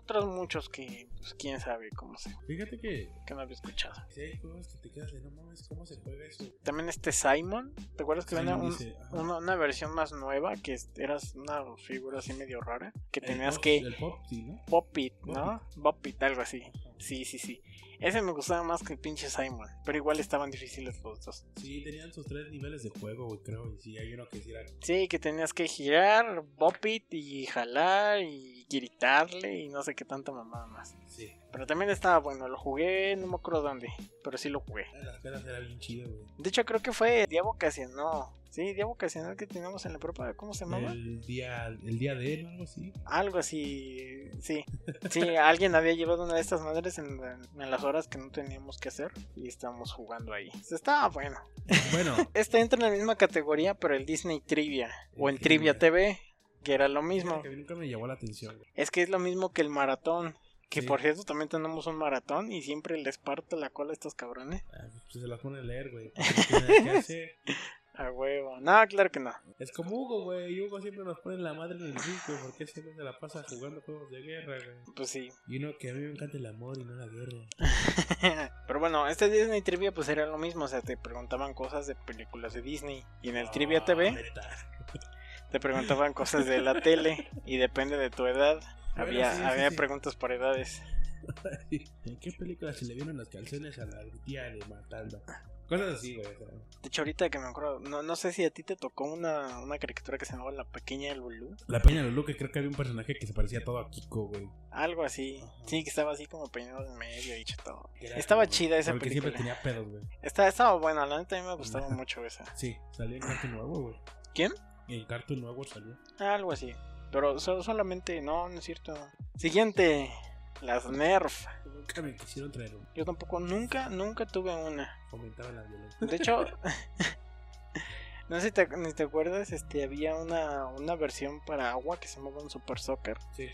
S2: otros muchos que, pues quién sabe cómo se,
S1: Fíjate que
S2: que no había escuchado.
S1: si hay juegos que te quedas de no mames, ¿cómo se juega eso?
S2: También este Simon, ¿te acuerdas que venía
S1: Simon
S2: un-
S1: dice, ajá.
S2: una, una versión más nueva que es- eras una figura así medio rara? Que
S1: El
S2: tenías
S1: pop-
S2: que.
S1: El pop, sí, ¿no?
S2: Bopit, ¿no? Bopit, algo así. Sí, sí, sí. Ese me gustaba más que el pinche Simon. Pero igual estaban difíciles los dos.
S1: Sí, tenían sus tres niveles de juego, güey, creo. Y sí, hay uno que sí era.
S2: Sí, que tenías que girar, bop it y jalar y gritarle y no sé qué tanta mamada más.
S1: Sí.
S2: Pero también estaba bueno, lo jugué, no me acuerdo dónde, pero sí lo jugué.
S1: Ah, Las pedas era bien chido, güey.
S2: De hecho, creo que fue Día Vocacional. Sí, Día Vocacional que teníamos en la prepa, ¿cómo se llamaba?
S1: El día, el día de él o algo
S2: *laughs*
S1: así.
S2: Algo así, sí. Sí, alguien había llevado una de estas madres en, la- en las horas que no teníamos que hacer y estábamos jugando ahí. Se estaba bueno.
S1: Bueno,
S2: Este entra en la misma categoría, pero el Disney Trivia o el Trivia TV, que era lo mismo.
S1: que a mí nunca me llamó la atención. güey.
S2: Es que es lo mismo que el maratón. Que
S1: Sí.
S2: por cierto también tenemos un maratón y siempre les parto la cola a estos cabrones.
S1: Ah, pues se las pone a leer, güey. ¿Qué hace?
S2: A huevo. No, claro que no.
S1: Es como Hugo, güey. Hugo siempre nos pone la madre en el disco porque siempre se la pasa jugando juegos de guerra, güey.
S2: Pues sí. *laughs*
S1: Y uno que a mí me encanta el amor y no la guerra.
S2: Pero bueno, este Disney Trivia pues era lo mismo. O sea, te preguntaban cosas de películas de Disney. Y en el Trivia
S1: Ah,
S2: TV
S1: neta. *laughs*
S2: te preguntaban cosas de la tele. Y depende de tu edad.
S1: Bueno,
S2: había
S1: sí, sí,
S2: había
S1: sí.
S2: preguntas por edades.
S1: ¿En qué película se le vieron las calzones a la tía de Matanda? Cosas así, güey. o sea.
S2: De hecho, ahorita que me acuerdo, no, no sé si a ti te tocó una, una caricatura que se llamaba La Pequeña Lulú.
S1: La Peña Lulú, que creo que había un personaje que se parecía todo a Kiko, güey.
S2: Algo así.
S1: Ajá.
S2: Sí, que estaba así como peinado en medio y todo.
S1: Que era
S2: Estaba
S1: como-
S2: chida esa
S1: Porque siempre
S2: película.
S1: tenía pedos, güey.
S2: Esta- estaba buena, la neta a mí me gustaba
S1: Ajá.
S2: mucho esa.
S1: Sí, salía en Cartoon Nuevo, güey.
S2: ¿Quién?
S1: En Cartoon Nuevo salió.
S2: Algo así. Pero so- solamente, no, no es cierto. Siguiente, las Nerf.
S1: Nunca me quisieron traer un.
S2: Yo tampoco, nunca, nunca tuve una.
S1: Fomentaban la violencia.
S2: De hecho, *laughs* no sé si te, ni te acuerdas, este, había una, una versión para agua que se llamaba un Super Soccer.
S1: Sí.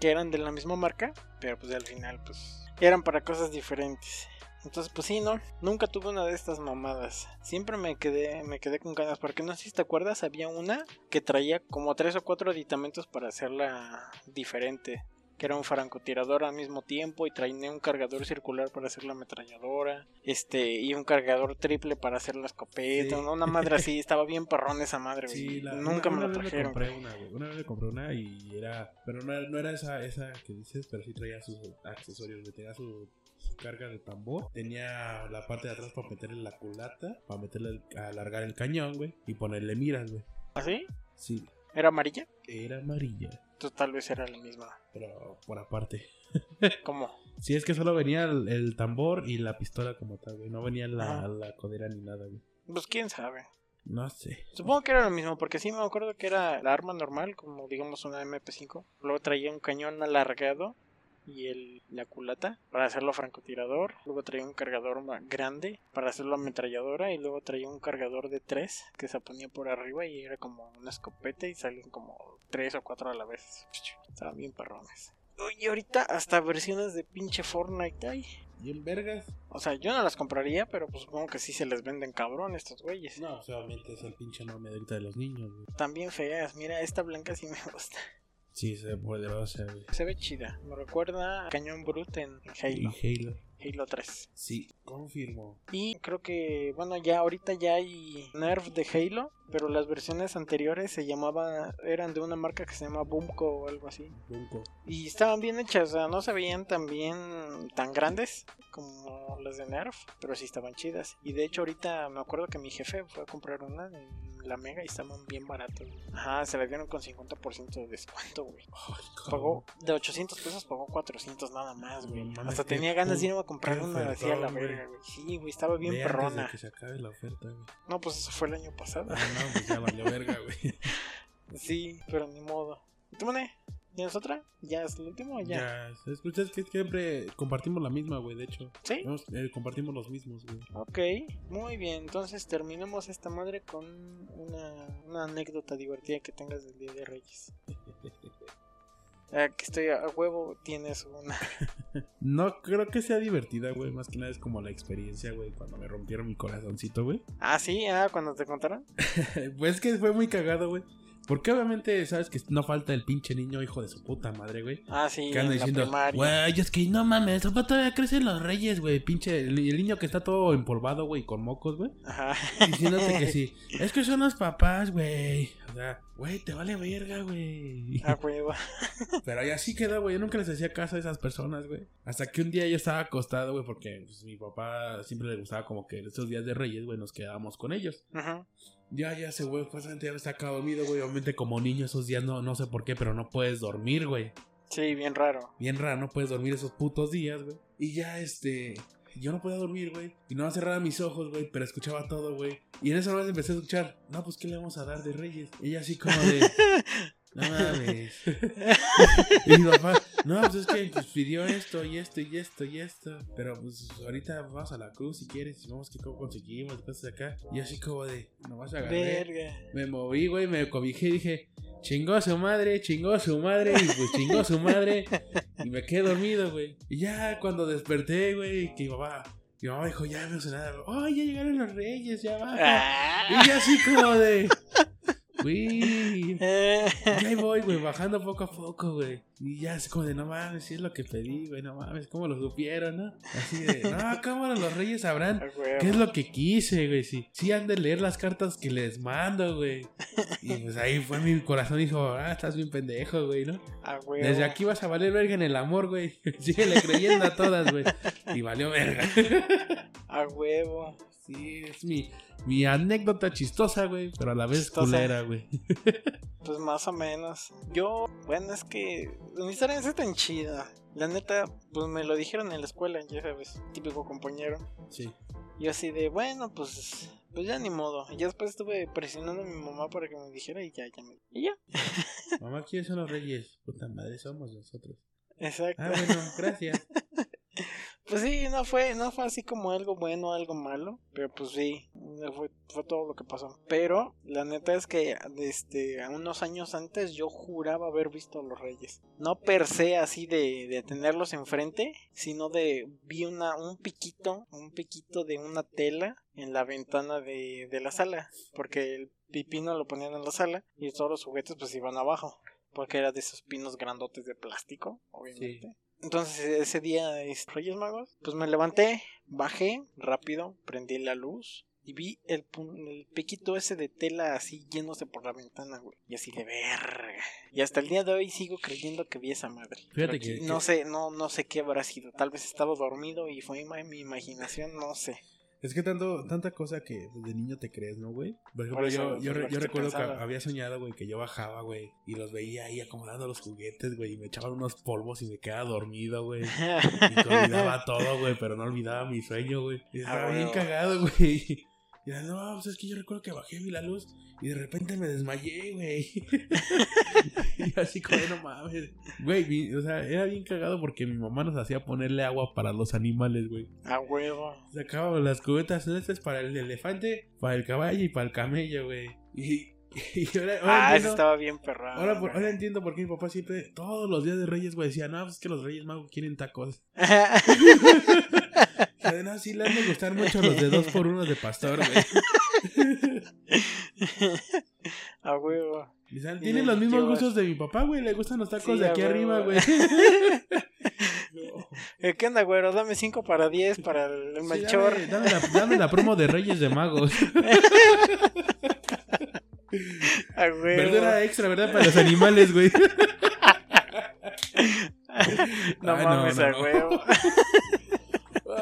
S2: que eran de la misma marca, pero pues al final pues eran para cosas diferentes. Entonces pues sí, no, nunca tuve una de estas mamadas. Siempre me quedé me quedé con ganas porque no sé si te acuerdas, había una que traía como tres o cuatro aditamentos para hacerla diferente. Que era un francotirador al mismo tiempo y traía un cargador circular para hacer la ametralladora. Este, y un cargador triple para hacer la escopeta.
S1: Sí.
S2: ¿no? Una madre así, estaba bien perrón
S1: *laughs*
S2: esa madre, güey.
S1: Sí, la-
S2: Nunca
S1: una- una
S2: me la
S1: vez
S2: trajeron.
S1: compré una, güey. Una vez me compré una y era. Pero no, no era esa, esa que dices, pero sí traía sus accesorios, güey. Tenía su, su carga de tambor. Tenía la parte de atrás para meterle la culata, para meterle, el- alargar el cañón, güey. Y ponerle miras, güey.
S2: ¿Así?
S1: Sí.
S2: ¿Ah, ¿Era amarilla?
S1: Era amarilla,
S2: Entonces tal vez era la misma.
S1: pero por aparte.
S2: ¿Cómo?
S1: Sí, es que solo venía el, el tambor y la pistola como tal, güey. No venía la,
S2: Ajá.
S1: la codera ni nada, güey.
S2: Pues quién sabe.
S1: No sé.
S2: Supongo que era lo mismo, porque sí me acuerdo que era la arma normal, como digamos una MP5. Luego traía un cañón alargado y el, la culata para hacerlo francotirador. Luego traía un cargador ma- grande para hacerlo ametralladora. Y luego traía un cargador de tres que se ponía por arriba y era como una escopeta y salían como tres o cuatro a la vez. Estaban bien perrones. Uy, Y ahorita hasta versiones de pinche Fortnite hay.
S1: ¿Y en vergas?
S2: O sea, yo no las compraría, pero pues supongo que sí se les venden cabrón estos güeyes.
S1: No, o sea, obviamente es el pinche nombre ahorita de los niños, güey.
S2: También feas, mira, esta blanca sí me *laughs* gusta.
S1: Sí, se puede, o sea, güey.
S2: Se ve chida. Me recuerda a Cañón Brut en
S1: Y
S2: Halo,
S1: Halo.
S2: Halo 3.
S1: Sí, confirmo.
S2: Y creo que, bueno, ya ahorita ya hay Nerf de Halo, pero las versiones anteriores se llamaba, eran de una marca que se llama Bumco o algo así.
S1: Bunko.
S2: Y estaban bien hechas, o sea, no se veían tan bien, tan grandes como las de Nerf, pero sí estaban chidas. Y de hecho ahorita me acuerdo que mi jefe fue a comprar una en la Mega y estaban bien baratas. Ajá, se la dieron con 50% de descuento, güey.
S1: Ay,
S2: Pagó de 800 pesos, pagó 400 nada más,
S1: No
S2: güey.
S1: mames,
S2: Hasta
S1: qué
S2: tenía ganas de
S1: pu-
S2: irme a comprar
S1: qué
S2: una así a la
S1: ofertón, güey.
S2: verga, güey. Sí, güey, estaba bien
S1: Ve antes de
S2: perrona.
S1: que se acabe la oferta, güey.
S2: No, pues eso fue el año pasado.
S1: Ah, no, pues ya valió verga,
S2: *laughs*
S1: güey.
S2: Sí, pero ni modo. ¿Y tú, Mané? ¿Tienes otra? ¿Ya es el último? o Ya.
S1: Ya, escuchas que siempre compartimos la misma, güey, de hecho.
S2: ¿Sí?
S1: Hemos- eh, compartimos los mismos, güey.
S2: Ok, muy bien. Entonces terminemos esta madre con una, una anécdota divertida que tengas del Día
S1: *laughs*
S2: de Reyes. Ah, que estoy a a huevo, tienes una.
S1: No creo que sea divertida, güey. Más que nada es como la experiencia, güey, cuando me rompieron mi corazoncito, güey. *laughs*
S2: Ah, sí, ah, cuando te contaron.
S1: Pues es que fue muy cagado, güey. Porque obviamente sabes que no falta el pinche niño hijo de su puta madre, güey.
S2: Ah, sí,
S1: Que anda
S2: en la
S1: diciendo,
S2: primaria.
S1: güey, es que no mames, papá todavía crecen los reyes, güey. Pinche, el, el niño que está todo empolvado, güey, con mocos, güey.
S2: Ajá. *laughs*
S1: Diciéndote que sí. Es que son los papás, güey. O sea, Güey, te vale verga, güey.
S2: A huevo.
S1: *laughs* Pero ahí así queda, güey. Yo nunca les hacía caso a esas personas, güey. Hasta que un día yo estaba acostado, güey, porque pues, mi papá siempre le gustaba como que esos días de Reyes, güey, nos quedábamos con ellos.
S2: Ujú.
S1: Ya, ya se, güey, justamente ya está acá dormido, güey. Obviamente como niño esos días no, no sé por qué, pero no puedes dormir, güey.
S2: Sí, bien raro.
S1: Bien raro, no puedes dormir esos putos días, güey. Y ya, este... Yo no podía dormir, güey. Y no cerraba mis ojos, güey, pero escuchaba todo, güey. Y en esa hora empecé a escuchar, no, pues, ¿qué le vamos a dar de Reyes? Ella así como de... No mames. *laughs* y mi papá, no, pues es que pues, pidió esto y esto y esto y esto. Pero pues ahorita vamos a la cruz si quieres y vamos que cómo conseguimos, cosas de acá. Y así como de, no vas a agarrar.
S2: Verga.
S1: Me moví, güey, me cobijé y dije, chingó a su madre, chingó a su madre, y pues chingó a su madre. Y me quedé dormido, güey. Y ya cuando desperté, güey, que mi papá, mi mamá dijo, ya emocionada, oh, ya llegaron los reyes, ya va.
S2: Ah. *laughs*
S1: Y ya así como de, güey,
S2: Eh.
S1: y ahí voy, güey, bajando poco a poco, güey. Y ya es como de, no mames, si es lo que pedí, güey, no mames, ¿cómo lo supieron, no? Así de, no, cámara, los reyes sabrán
S2: A huevo.
S1: qué es lo que quise, güey. Sí, sí han de leer las cartas que les mando, güey. Y pues ahí fue mi corazón, dijo, ah, estás bien pendejo, güey, ¿no?
S2: A huevo.
S1: Desde aquí vas a valer verga en el amor, güey. *laughs* Síguele creyendo a todas, güey. Y valió verga. *laughs*
S2: A huevo.
S1: Sí, es mi, mi anécdota chistosa, güey, pero a la vez
S2: Chistosa.
S1: culera, güey.
S2: Pues más o menos. Yo, bueno, es que mi historia no es tan chida. La neta, pues me lo dijeron en la escuela, ya sabes, típico compañero.
S1: Sí.
S2: Y así de, bueno, pues, pues ya ni modo. Y ya después estuve presionando a mi mamá para que me dijera y ya, ya me... Y ya.
S1: Mamá, ¿quiénes son los reyes? Puta madre, somos nosotros.
S2: Exacto.
S1: Ah, bueno, gracias.
S2: Pues sí, no fue, no fue así como algo bueno, algo malo, pero pues sí, fue, fue todo lo que pasó. Pero la neta es que este, unos años antes yo juraba haber visto a los reyes. No per se así de, de tenerlos enfrente, sino de vi una, un piquito, un piquito de una tela en la ventana de, de la sala, porque el pipino lo ponían en la sala y todos los juguetes pues iban abajo, porque era de esos pinos grandotes de plástico, obviamente. Entonces e-, ese día, es- Reyes Magos, pues me levanté, bajé rápido, prendí la luz y vi el, pu- el piquito ese de tela así yéndose por la ventana, güey. Y así de verga. Y hasta el día de hoy sigo creyendo que vi esa madre.
S1: Fíjate
S2: Pero
S1: que-
S2: no
S1: que-
S2: sé, no, no sé qué habrá sido. Tal vez estaba dormido y fue ima- mi imaginación, no sé.
S1: Es que tanto, tanta cosa que pues, de niño te crees, ¿no, güey? Por ejemplo,
S2: Por
S1: yo,
S2: eso,
S1: yo,
S2: por
S1: re-
S2: lo que
S1: yo
S2: te
S1: recuerdo que
S2: pensaba.
S1: había soñado, güey, que yo bajaba, güey, y los veía ahí acomodando los juguetes, güey, y me echaban unos polvos y me quedaba dormido, güey. Y que
S2: *laughs*
S1: olvidaba todo, güey, pero no olvidaba mi sueño, güey. Y estaba
S2: Ah,
S1: bien
S2: bueno.
S1: cagado, güey. Y era, no, pues es que yo recuerdo que bajé, vi la luz y de repente me desmayé, güey. *laughs* y así como, de, no mames. Güey, mi- o sea, era bien cagado porque mi mamá nos hacía ponerle agua para los animales, güey.
S2: A huevo.
S1: Sacaba las cubetas estas para el elefante, para el caballo y para el camello, güey. Y, y ahora, ahora
S2: Ah, eso
S1: entiendo,
S2: estaba bien perrado.
S1: ahora por- ahora entiendo por qué mi papá siempre, todos los días de Reyes, güey, decía, no, pues es que los Reyes Magos quieren tacos. *laughs* Y Además, sí le han de gustar mucho los de dos por uno de pastor, güey.
S2: *laughs* A huevo.
S1: Y dicen,
S2: Y
S1: Tienen
S2: el
S1: los mismos
S2: tío
S1: gustos de mi papá, güey, le gustan los tacos
S2: Sí,
S1: de
S2: a
S1: aquí
S2: huevo,
S1: arriba, güey. *laughs*
S2: güey. Eh, ¿Qué onda, güero? Dame 5 para 10 para *laughs* el el
S1: Sí,
S2: Melchor.
S1: dame, dame la, dame la promo de Reyes de Magos.
S2: A huevo.
S1: Verdura extra, ¿verdad? Para los animales,
S2: *laughs*
S1: güey.
S2: No
S1: Ay, no,
S2: mames,
S1: no,
S2: a
S1: no.
S2: huevo. *laughs*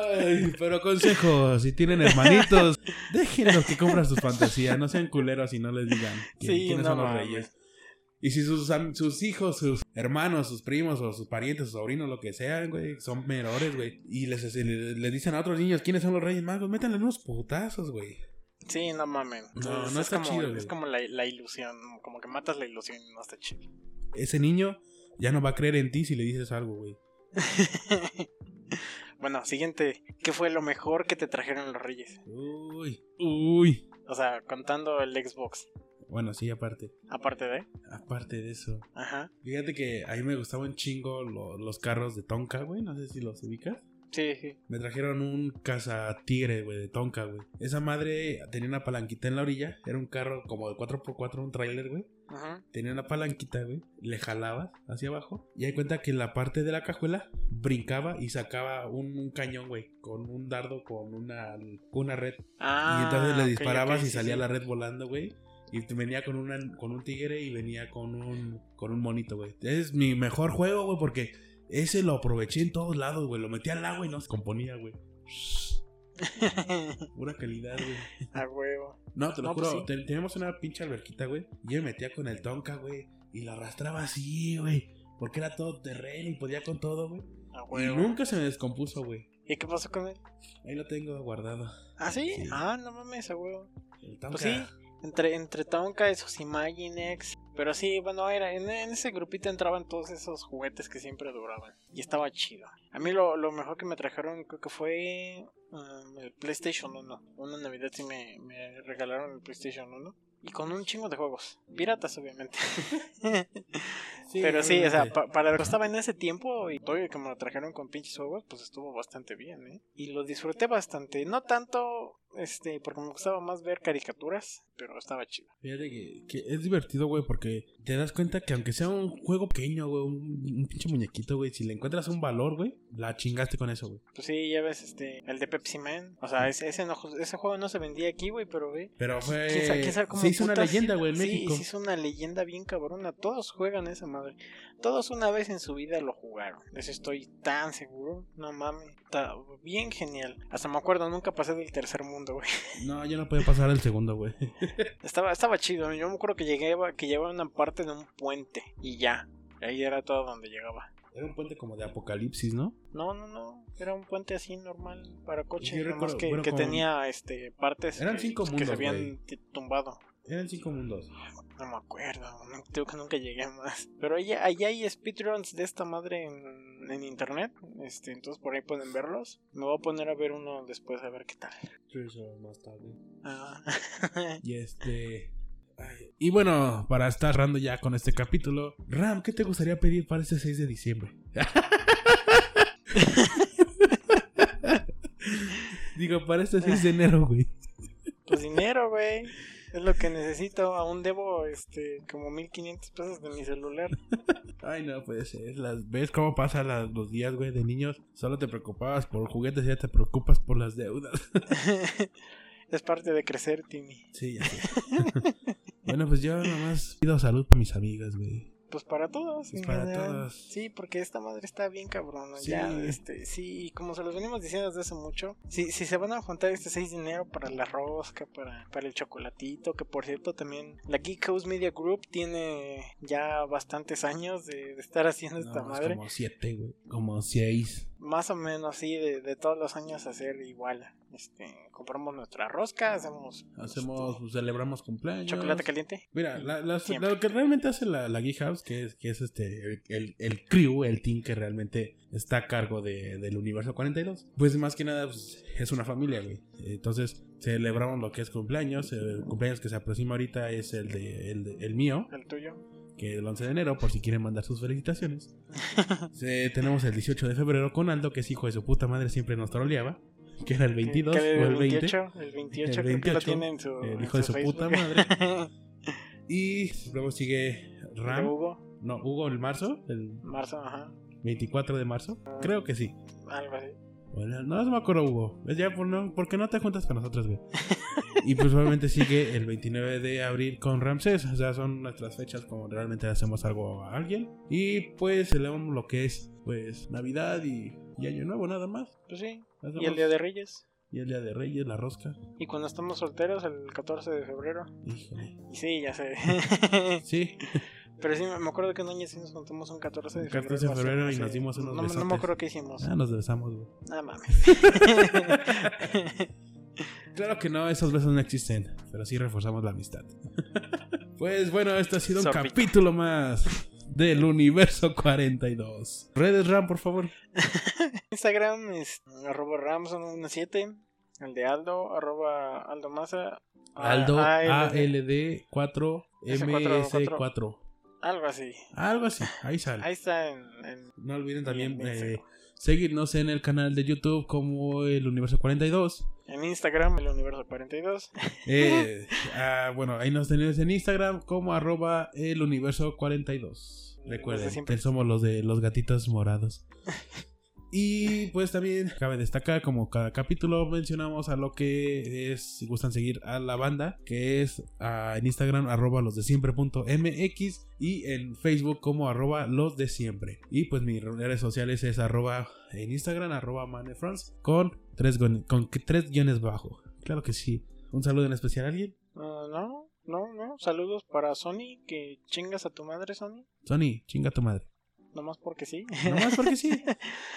S1: Ay, pero consejo, si tienen hermanitos, déjenlos que compran sus fantasías, no sean culeros y no les digan quién-
S2: Sí,
S1: quiénes
S2: no
S1: son los
S2: mames.
S1: reyes. Y si sus, am- sus hijos, sus hermanos, sus primos o sus parientes, sus sobrinos, lo que sean, güey, son menores, güey, y les, les- les dicen a otros niños quiénes son los reyes magos, métanle unos putazos, güey.
S2: Sí, no mames.
S1: No,
S2: Es-
S1: no
S2: es
S1: está
S2: como,
S1: chido,
S2: Es
S1: güey.
S2: como la, la ilusión, como que matas la ilusión y no está chido. *laughs*
S1: Ese niño ya no va a creer en ti si le dices algo, güey.
S2: bueno, siguiente. ¿Qué fue lo mejor que te trajeron los Reyes?
S1: Uy, uy.
S2: O sea, contando el Xbox.
S1: Bueno, sí, aparte.
S2: Aparte de.
S1: Aparte de eso.
S2: Ajá.
S1: Fíjate que a mí me gustaban chingo lo- los carros de Tonka, güey. No sé si los ubicas.
S2: Sí, sí.
S1: Me trajeron un caza tigre, güey, de Tonka, güey. Esa madre tenía una palanquita en la orilla. Era un carro como de 4x4, un trailer, güey.
S2: Ajá.
S1: Tenía una palanquita, güey. Le jalabas hacia abajo. Y hay cuenta que en la parte de la cajuela brincaba y sacaba un, un cañón, güey. Con un dardo, con una, una red.
S2: Ah,
S1: y entonces le
S2: ok,
S1: disparabas
S2: Ah,
S1: y
S2: ok, sí,
S1: salía
S2: sí.
S1: la red volando, güey. Y te- venía con, una, con un tigre y venía con un, con un monito, güey. Es mi mejor juego, güey, porque ese lo aproveché en todos lados, güey. Lo metí al agua y no se componía, güey. Pura calidad, güey.
S2: *laughs* A huevo.
S1: No, te lo
S2: No,
S1: juro.
S2: pues sí.
S1: te- teníamos una pinche alberquita, güey. Y yo me metía con el tonka, güey. Y lo arrastraba así, güey. Porque era todo terreno y podía con todo, güey.
S2: A
S1: Y
S2: huevo.
S1: nunca se me descompuso, güey.
S2: ¿Y qué pasó con él?
S1: Ahí lo tengo guardado.
S2: ¿Ah, sí?
S1: Sí.
S2: Ah, no mames, a huevo.
S1: El tonka.
S2: Pues sí, entre, entre Tonka, esos Imaginex. Pero sí, bueno, era, en, en ese grupito entraban todos esos juguetes que siempre duraban. Y estaba chido. A mí lo, lo mejor que me trajeron creo que fue um, el PlayStation 1. Una Navidad sí me, me regalaron el PlayStation 1. Y con un chingo de juegos. Piratas, obviamente. *laughs* Pero sí, o sea,
S1: obviamente.
S2: pa- para lo que estaba en ese tiempo y todo y que me lo trajeron con pinches juegos, pues estuvo bastante bien, ¿eh? Y lo disfruté bastante. No tanto, este, porque me gustaba más ver caricaturas, pero estaba chido.
S1: Fíjate que, que es divertido, güey, porque te das cuenta que aunque sea un juego pequeño, güey, un, un pinche muñequito, güey, si le encuentras un valor, güey, la chingaste con eso, güey.
S2: Pues sí, ya ves, este, el de Pepsi Man. O sea, ese, ese, no- ese juego no se vendía aquí, güey, pero, güey.
S1: Pero fue.
S2: ¿Quién sabe, quién sabe cómo
S1: Eh, se hizo una
S2: putas-
S1: leyenda, güey, en
S2: sí,
S1: México.
S2: se hizo una leyenda bien cabrona. Todos juegan esa madre. Todos una vez en su vida lo jugaron. De eso estoy tan seguro. No mames. Está bien genial. Hasta me acuerdo, nunca pasé del tercer mundo, güey.
S1: No, yo no podía pasar al segundo, güey. *laughs*
S2: Estaba, estaba chido. Yo me acuerdo que llegué a- que llevaba una parte de un puente y ya. Ahí era todo donde llegaba.
S1: Era un puente como de apocalipsis, ¿no?
S2: No, no, no. Era un puente así normal para coches.
S1: Yo
S2: nomás
S1: recuerdo,
S2: que,
S1: bueno,
S2: que
S1: con-
S2: tenía este partes
S1: Eran
S2: que,
S1: cinco
S2: que se
S1: mundos,
S2: habían
S1: güey.
S2: t- tumbado.
S1: Eran cinco mundos.
S2: No me acuerdo, no- creo que nunca llegué más. Pero allá, allá hay speedruns de esta madre en, en internet. Este, entonces por ahí pueden verlos. Me voy a poner a ver uno después a ver qué tal.
S1: Tres horas más tarde.
S2: Ah, *laughs*
S1: Y este. ay, Y bueno, para estar rando ya con este capítulo, Ram, ¿qué te gustaría pedir para este 6 de
S2: *laughs*
S1: diciembre? Digo, para este 6 de enero, güey.
S2: pues dinero, güey. Es lo que necesito. Aún debo este como 1500 pesos de mi celular. *laughs*
S1: Ay, no puede ser. Las, ¿Ves cómo pasan las- los días, güey, de niños? Solo te preocupabas por juguetes y ya te preocupas por las deudas.
S2: es parte de crecer, Timmy.
S1: Sí, ya sé.
S2: *laughs*
S1: bueno, pues yo nomás pido salud para mis amigas, güey.
S2: Pues para todos.
S1: Pues
S2: en
S1: para todos.
S2: Sí, porque esta madre está bien cabrona.
S1: Sí.
S2: Ya, este, sí, y como se los venimos diciendo desde hace mucho, si, si se van a juntar este 6 de enero para la rosca, para, para el chocolatito, que por cierto también la Geek House Media Group tiene ya bastantes años de, de estar haciendo
S1: No,
S2: esta
S1: es
S2: madre.
S1: como 7, güey. Como 6.
S2: Más o menos así, de, de todos los años hacer igual. Este, compramos nuestra rosca, hacemos,
S1: Hacemos,
S2: este,
S1: pues, celebramos cumpleaños.
S2: chocolate caliente.
S1: Mira, la, la-
S2: Siempre.
S1: lo que realmente hace la, la Geek House, que es, que es este, el, el, el crew, el team que realmente está a cargo de- del universo 42, pues más que nada pues, es una familia, güey. Entonces celebramos lo que es cumpleaños. eh, El cumpleaños que se aproxima ahorita es el, de, el, de- el mío,
S2: El tuyo.
S1: que es el 11 de enero, por si quieren mandar sus
S2: *laughs*
S1: felicitaciones. Se- tenemos el 18 de febrero con Aldo, que es hijo de su puta madre, siempre nos troleaba, que era el 22
S2: Que- que
S1: o el 20.
S2: 28, el 28,
S1: El
S2: creo que lo
S1: 28,
S2: tiene en su.
S1: el
S2: en
S1: hijo de su
S2: Ah, Facebook.
S1: puta
S2: *laughs*
S1: madre. Y luego sigue
S2: De
S1: Ram.
S2: Hugo,
S1: No, Hugo el marzo, el
S2: marzo, ajá.
S1: 24 de marzo. Creo que sí.
S2: Algo así.
S1: Bueno, no no me acuerdo, Hugo. Es ya por no, porque no te juntas con nosotros, güey. Y pues obviamente sigue el 29 de abril con Ramsés. O sea, son nuestras fechas como realmente le hacemos algo a alguien. Y pues celebramos lo que es, pues, Navidad y, y Año Nuevo, nada más.
S2: Pues sí.
S1: Hacemos-
S2: Y el día de Reyes.
S1: y el Día de Reyes, la rosca.
S2: Y cuando estamos solteros, el 14 de febrero.
S1: Híjole.
S2: Y sí, ya sé. *laughs*
S1: Sí,
S2: Pero sí, me acuerdo que en un año sí nos juntamos un 14 de
S1: Un
S2: febrero.
S1: 14 de febrero
S2: no
S1: y
S2: sé,
S1: nos dimos unos
S2: no, no
S1: besotes.
S2: me acuerdo qué hicimos.
S1: ah, nos besamos, güey. *laughs*
S2: Nada mames.
S1: Claro que no, esos besos no existen, pero sí reforzamos la amistad. *laughs* pues bueno, esto ha sido un
S2: Sopita.
S1: capítulo más del universo 42. Redes RAM, por favor.
S2: Instagram es arroba ramson17. El de Aldo, arroba Aldo Maza. ah, a-
S1: Aldo
S2: ALD,
S1: ALD4MS4.
S2: Algo así.
S1: Algo así, ahí sale.
S2: Ahí está en- en
S1: No olviden también
S2: Bien, bien,
S1: eh,
S2: sí.
S1: seguirnos en el canal de YouTube como el universo 42.
S2: En Instagram, el universo 42.
S1: Eh, ah, bueno, ahí nos tenemos en Instagram como arroba el universo 42.
S2: Los de
S1: Recuerden,
S2: siempre.
S1: somos los de los gatitos morados. *laughs* Y pues también cabe destacar, como cada capítulo mencionamos a lo que es, si gustan seguir a la banda, que es ah, en Instagram arroba los de siempre.mx y en Facebook como arroba los de siempre. Y pues mis redes sociales es arroba en Instagram arroba manefrance con tres, gon- con que- tres guiones bajo. Claro que sí. Un saludo en especial a alguien.
S2: Ah, no, no, no. Saludos para Sony, que chingas a tu madre, Sony.
S1: Sony, chinga tu
S2: *laughs*
S1: madre.
S2: Nomás porque sí.
S1: Nomás porque sí.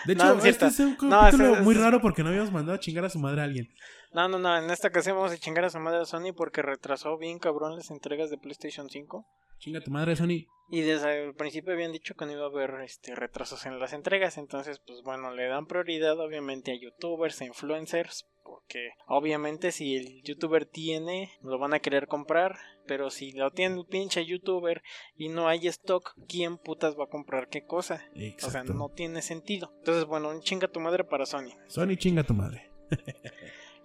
S1: De
S2: *laughs* No,
S1: hecho,
S2: no es
S1: este
S2: cierto.
S1: es un
S2: No,
S1: capítulo
S2: es- es-
S1: muy
S2: es-
S1: raro porque no habíamos mandado a chingar a su madre a alguien.
S2: *laughs* No, no, no. En esta ocasión vamos a chingar a su madre a Sony porque retrasó bien cabrón las entregas de PlayStation 5.
S1: Chinga tu madre, Sony.
S2: Y desde el principio habían dicho que no iba a haber este, retrasos en las entregas. Entonces, pues bueno, le dan prioridad obviamente a youtubers, a influencers. Porque obviamente si el youtuber tiene, lo van a querer comprar. Pero si lo tiene el pinche youtuber y no hay stock, ¿quién putas va a comprar qué cosa? O sea,
S1: Exacto.
S2: no tiene sentido. Entonces, bueno, un chinga tu madre para Sony.
S1: Sony, chinga tu madre.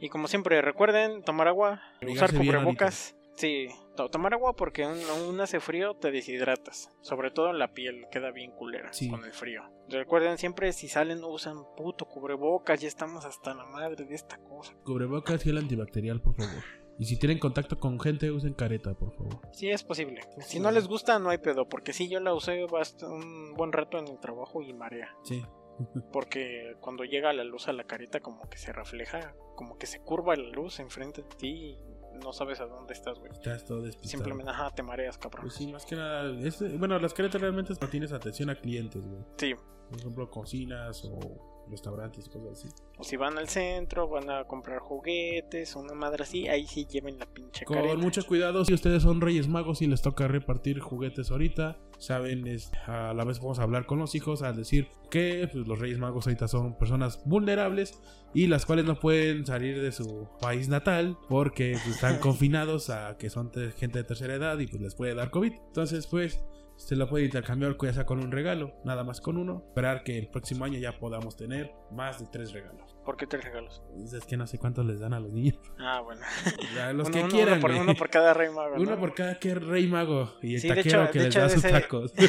S2: Y como siempre, recuerden tomar agua, usar
S1: Abrigarse bien
S2: cubrebocas. Sí, to- tomar agua porque un- un hace frío te deshidratas. Sobre todo la piel queda bien culera
S1: Sí.
S2: con el frío. Recuerden siempre, si salen, usan puto cubrebocas. Ya estamos hasta la madre de esta cosa.
S1: Cubrebocas y el antibacterial, por favor. Y si tienen contacto con gente, usen careta, por favor.
S2: Sí, es posible.
S1: Pues
S2: Si no les gusta, no hay pedo. Porque sí, yo la usé bast- un buen rato en el trabajo y marea.
S1: Sí.
S2: Porque cuando llega la luz a la careta, como que se refleja, como que se curva la luz enfrente de ti y no sabes a dónde estás,
S1: *laughs*
S2: güey.
S1: Estás todo despistado.
S2: Simplemente, ajá, te mareas, cabrón.
S1: Pues sí, más que nada. este- bueno, las caretas realmente no tienes atención a clientes, güey.
S2: Sí,
S1: Por ejemplo, cocinas o restaurantes, cosas así.
S2: o si van al centro, van a comprar juguetes, una madre así, ahí sí lleven la pinche
S1: Con
S2: careta.
S1: mucho cuidado, si ustedes son reyes magos y les toca repartir juguetes ahorita, saben, es- a la vez vamos a hablar con los hijos al decir que pues, los reyes magos ahorita son personas vulnerables y las cuales no pueden salir de su país natal porque pues,
S2: *laughs*
S1: están confinados a que son te- gente de tercera edad y pues les puede dar COVID. Entonces, pues... Se la puede intercambiar ya sea con un regalo, nada más con uno. Esperar que el próximo año ya podamos tener más de tres regalos. Pues,
S2: ¿Por qué tres regalos?
S1: Es que no sé cuántos les dan a los
S2: *laughs*
S1: niños.
S2: Ah, bueno.
S1: Ya, los
S2: Uno-
S1: que
S2: uno-
S1: quieran.
S2: Uno por,
S1: güey.
S2: uno por cada rey mago. ¿no?
S1: Uno por cada que rey mago y el
S2: Sí, de
S1: taquero
S2: hecho-
S1: que
S2: de
S1: les
S2: hecho,
S1: da sus
S2: ese- *laughs*
S1: tacos. *laughs*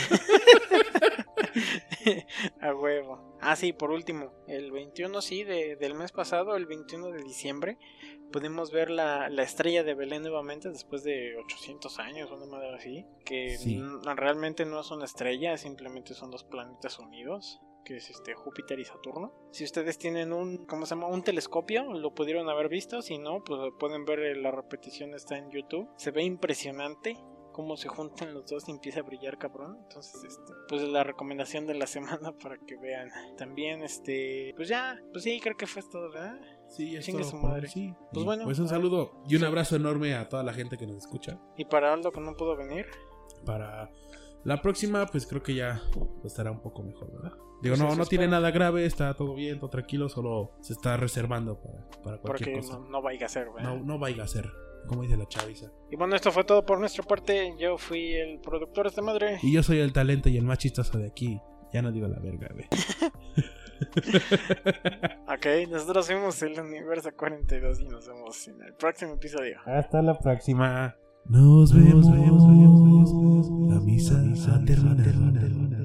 S2: A huevo. Ah, sí, por último, el 21, sí, de- del mes pasado, el 21 de diciembre, pudimos ver la, la estrella de Belén nuevamente después de 800 años, una madre así, que
S1: Sí.
S2: n- realmente no es una estrella, simplemente son dos planetas unidos que es este Júpiter y Saturno. Si ustedes tienen un, ¿cómo se llama? Un telescopio, lo pudieron haber visto, si no, pues pueden ver eh, la repetición está en YouTube. Se ve impresionante cómo se juntan los dos y empieza a brillar cabrón. Entonces, este, pues la recomendación de la semana para que vean. También este, pues ya, pues sí, creo que fue todo, ¿verdad?
S1: Sí, es
S2: Chingue
S1: todo
S2: su
S1: por-
S2: madre.
S1: sí.
S2: Pues
S1: Y,
S2: bueno.
S1: Pues un saludo y un abrazo enorme a toda la gente que nos escucha.
S2: Y para Aldo que no pudo venir,
S1: Para la próxima, pues creo que ya estará un poco mejor, ¿verdad? Digo,
S2: Pues
S1: no,
S2: eso
S1: no tiene
S2: espero.
S1: nada grave, está todo bien, todo tranquilo, solo se está reservando para, para cualquier
S2: porque no,
S1: cosa.
S2: no vaya a ser, ¿verdad?
S1: No, no vaya a ser, como dice la chaviza.
S2: Y bueno, esto fue todo por nuestra parte. Yo fui el productor de esta madre.
S1: Y yo soy el talento y el más chistoso de aquí. Ya no digo la verga, güey.
S2: Ok, nosotros fuimos el universo 42 y nos vemos en el próximo episodio.
S1: Hasta la próxima. Nos vemos. La misa ha terminado.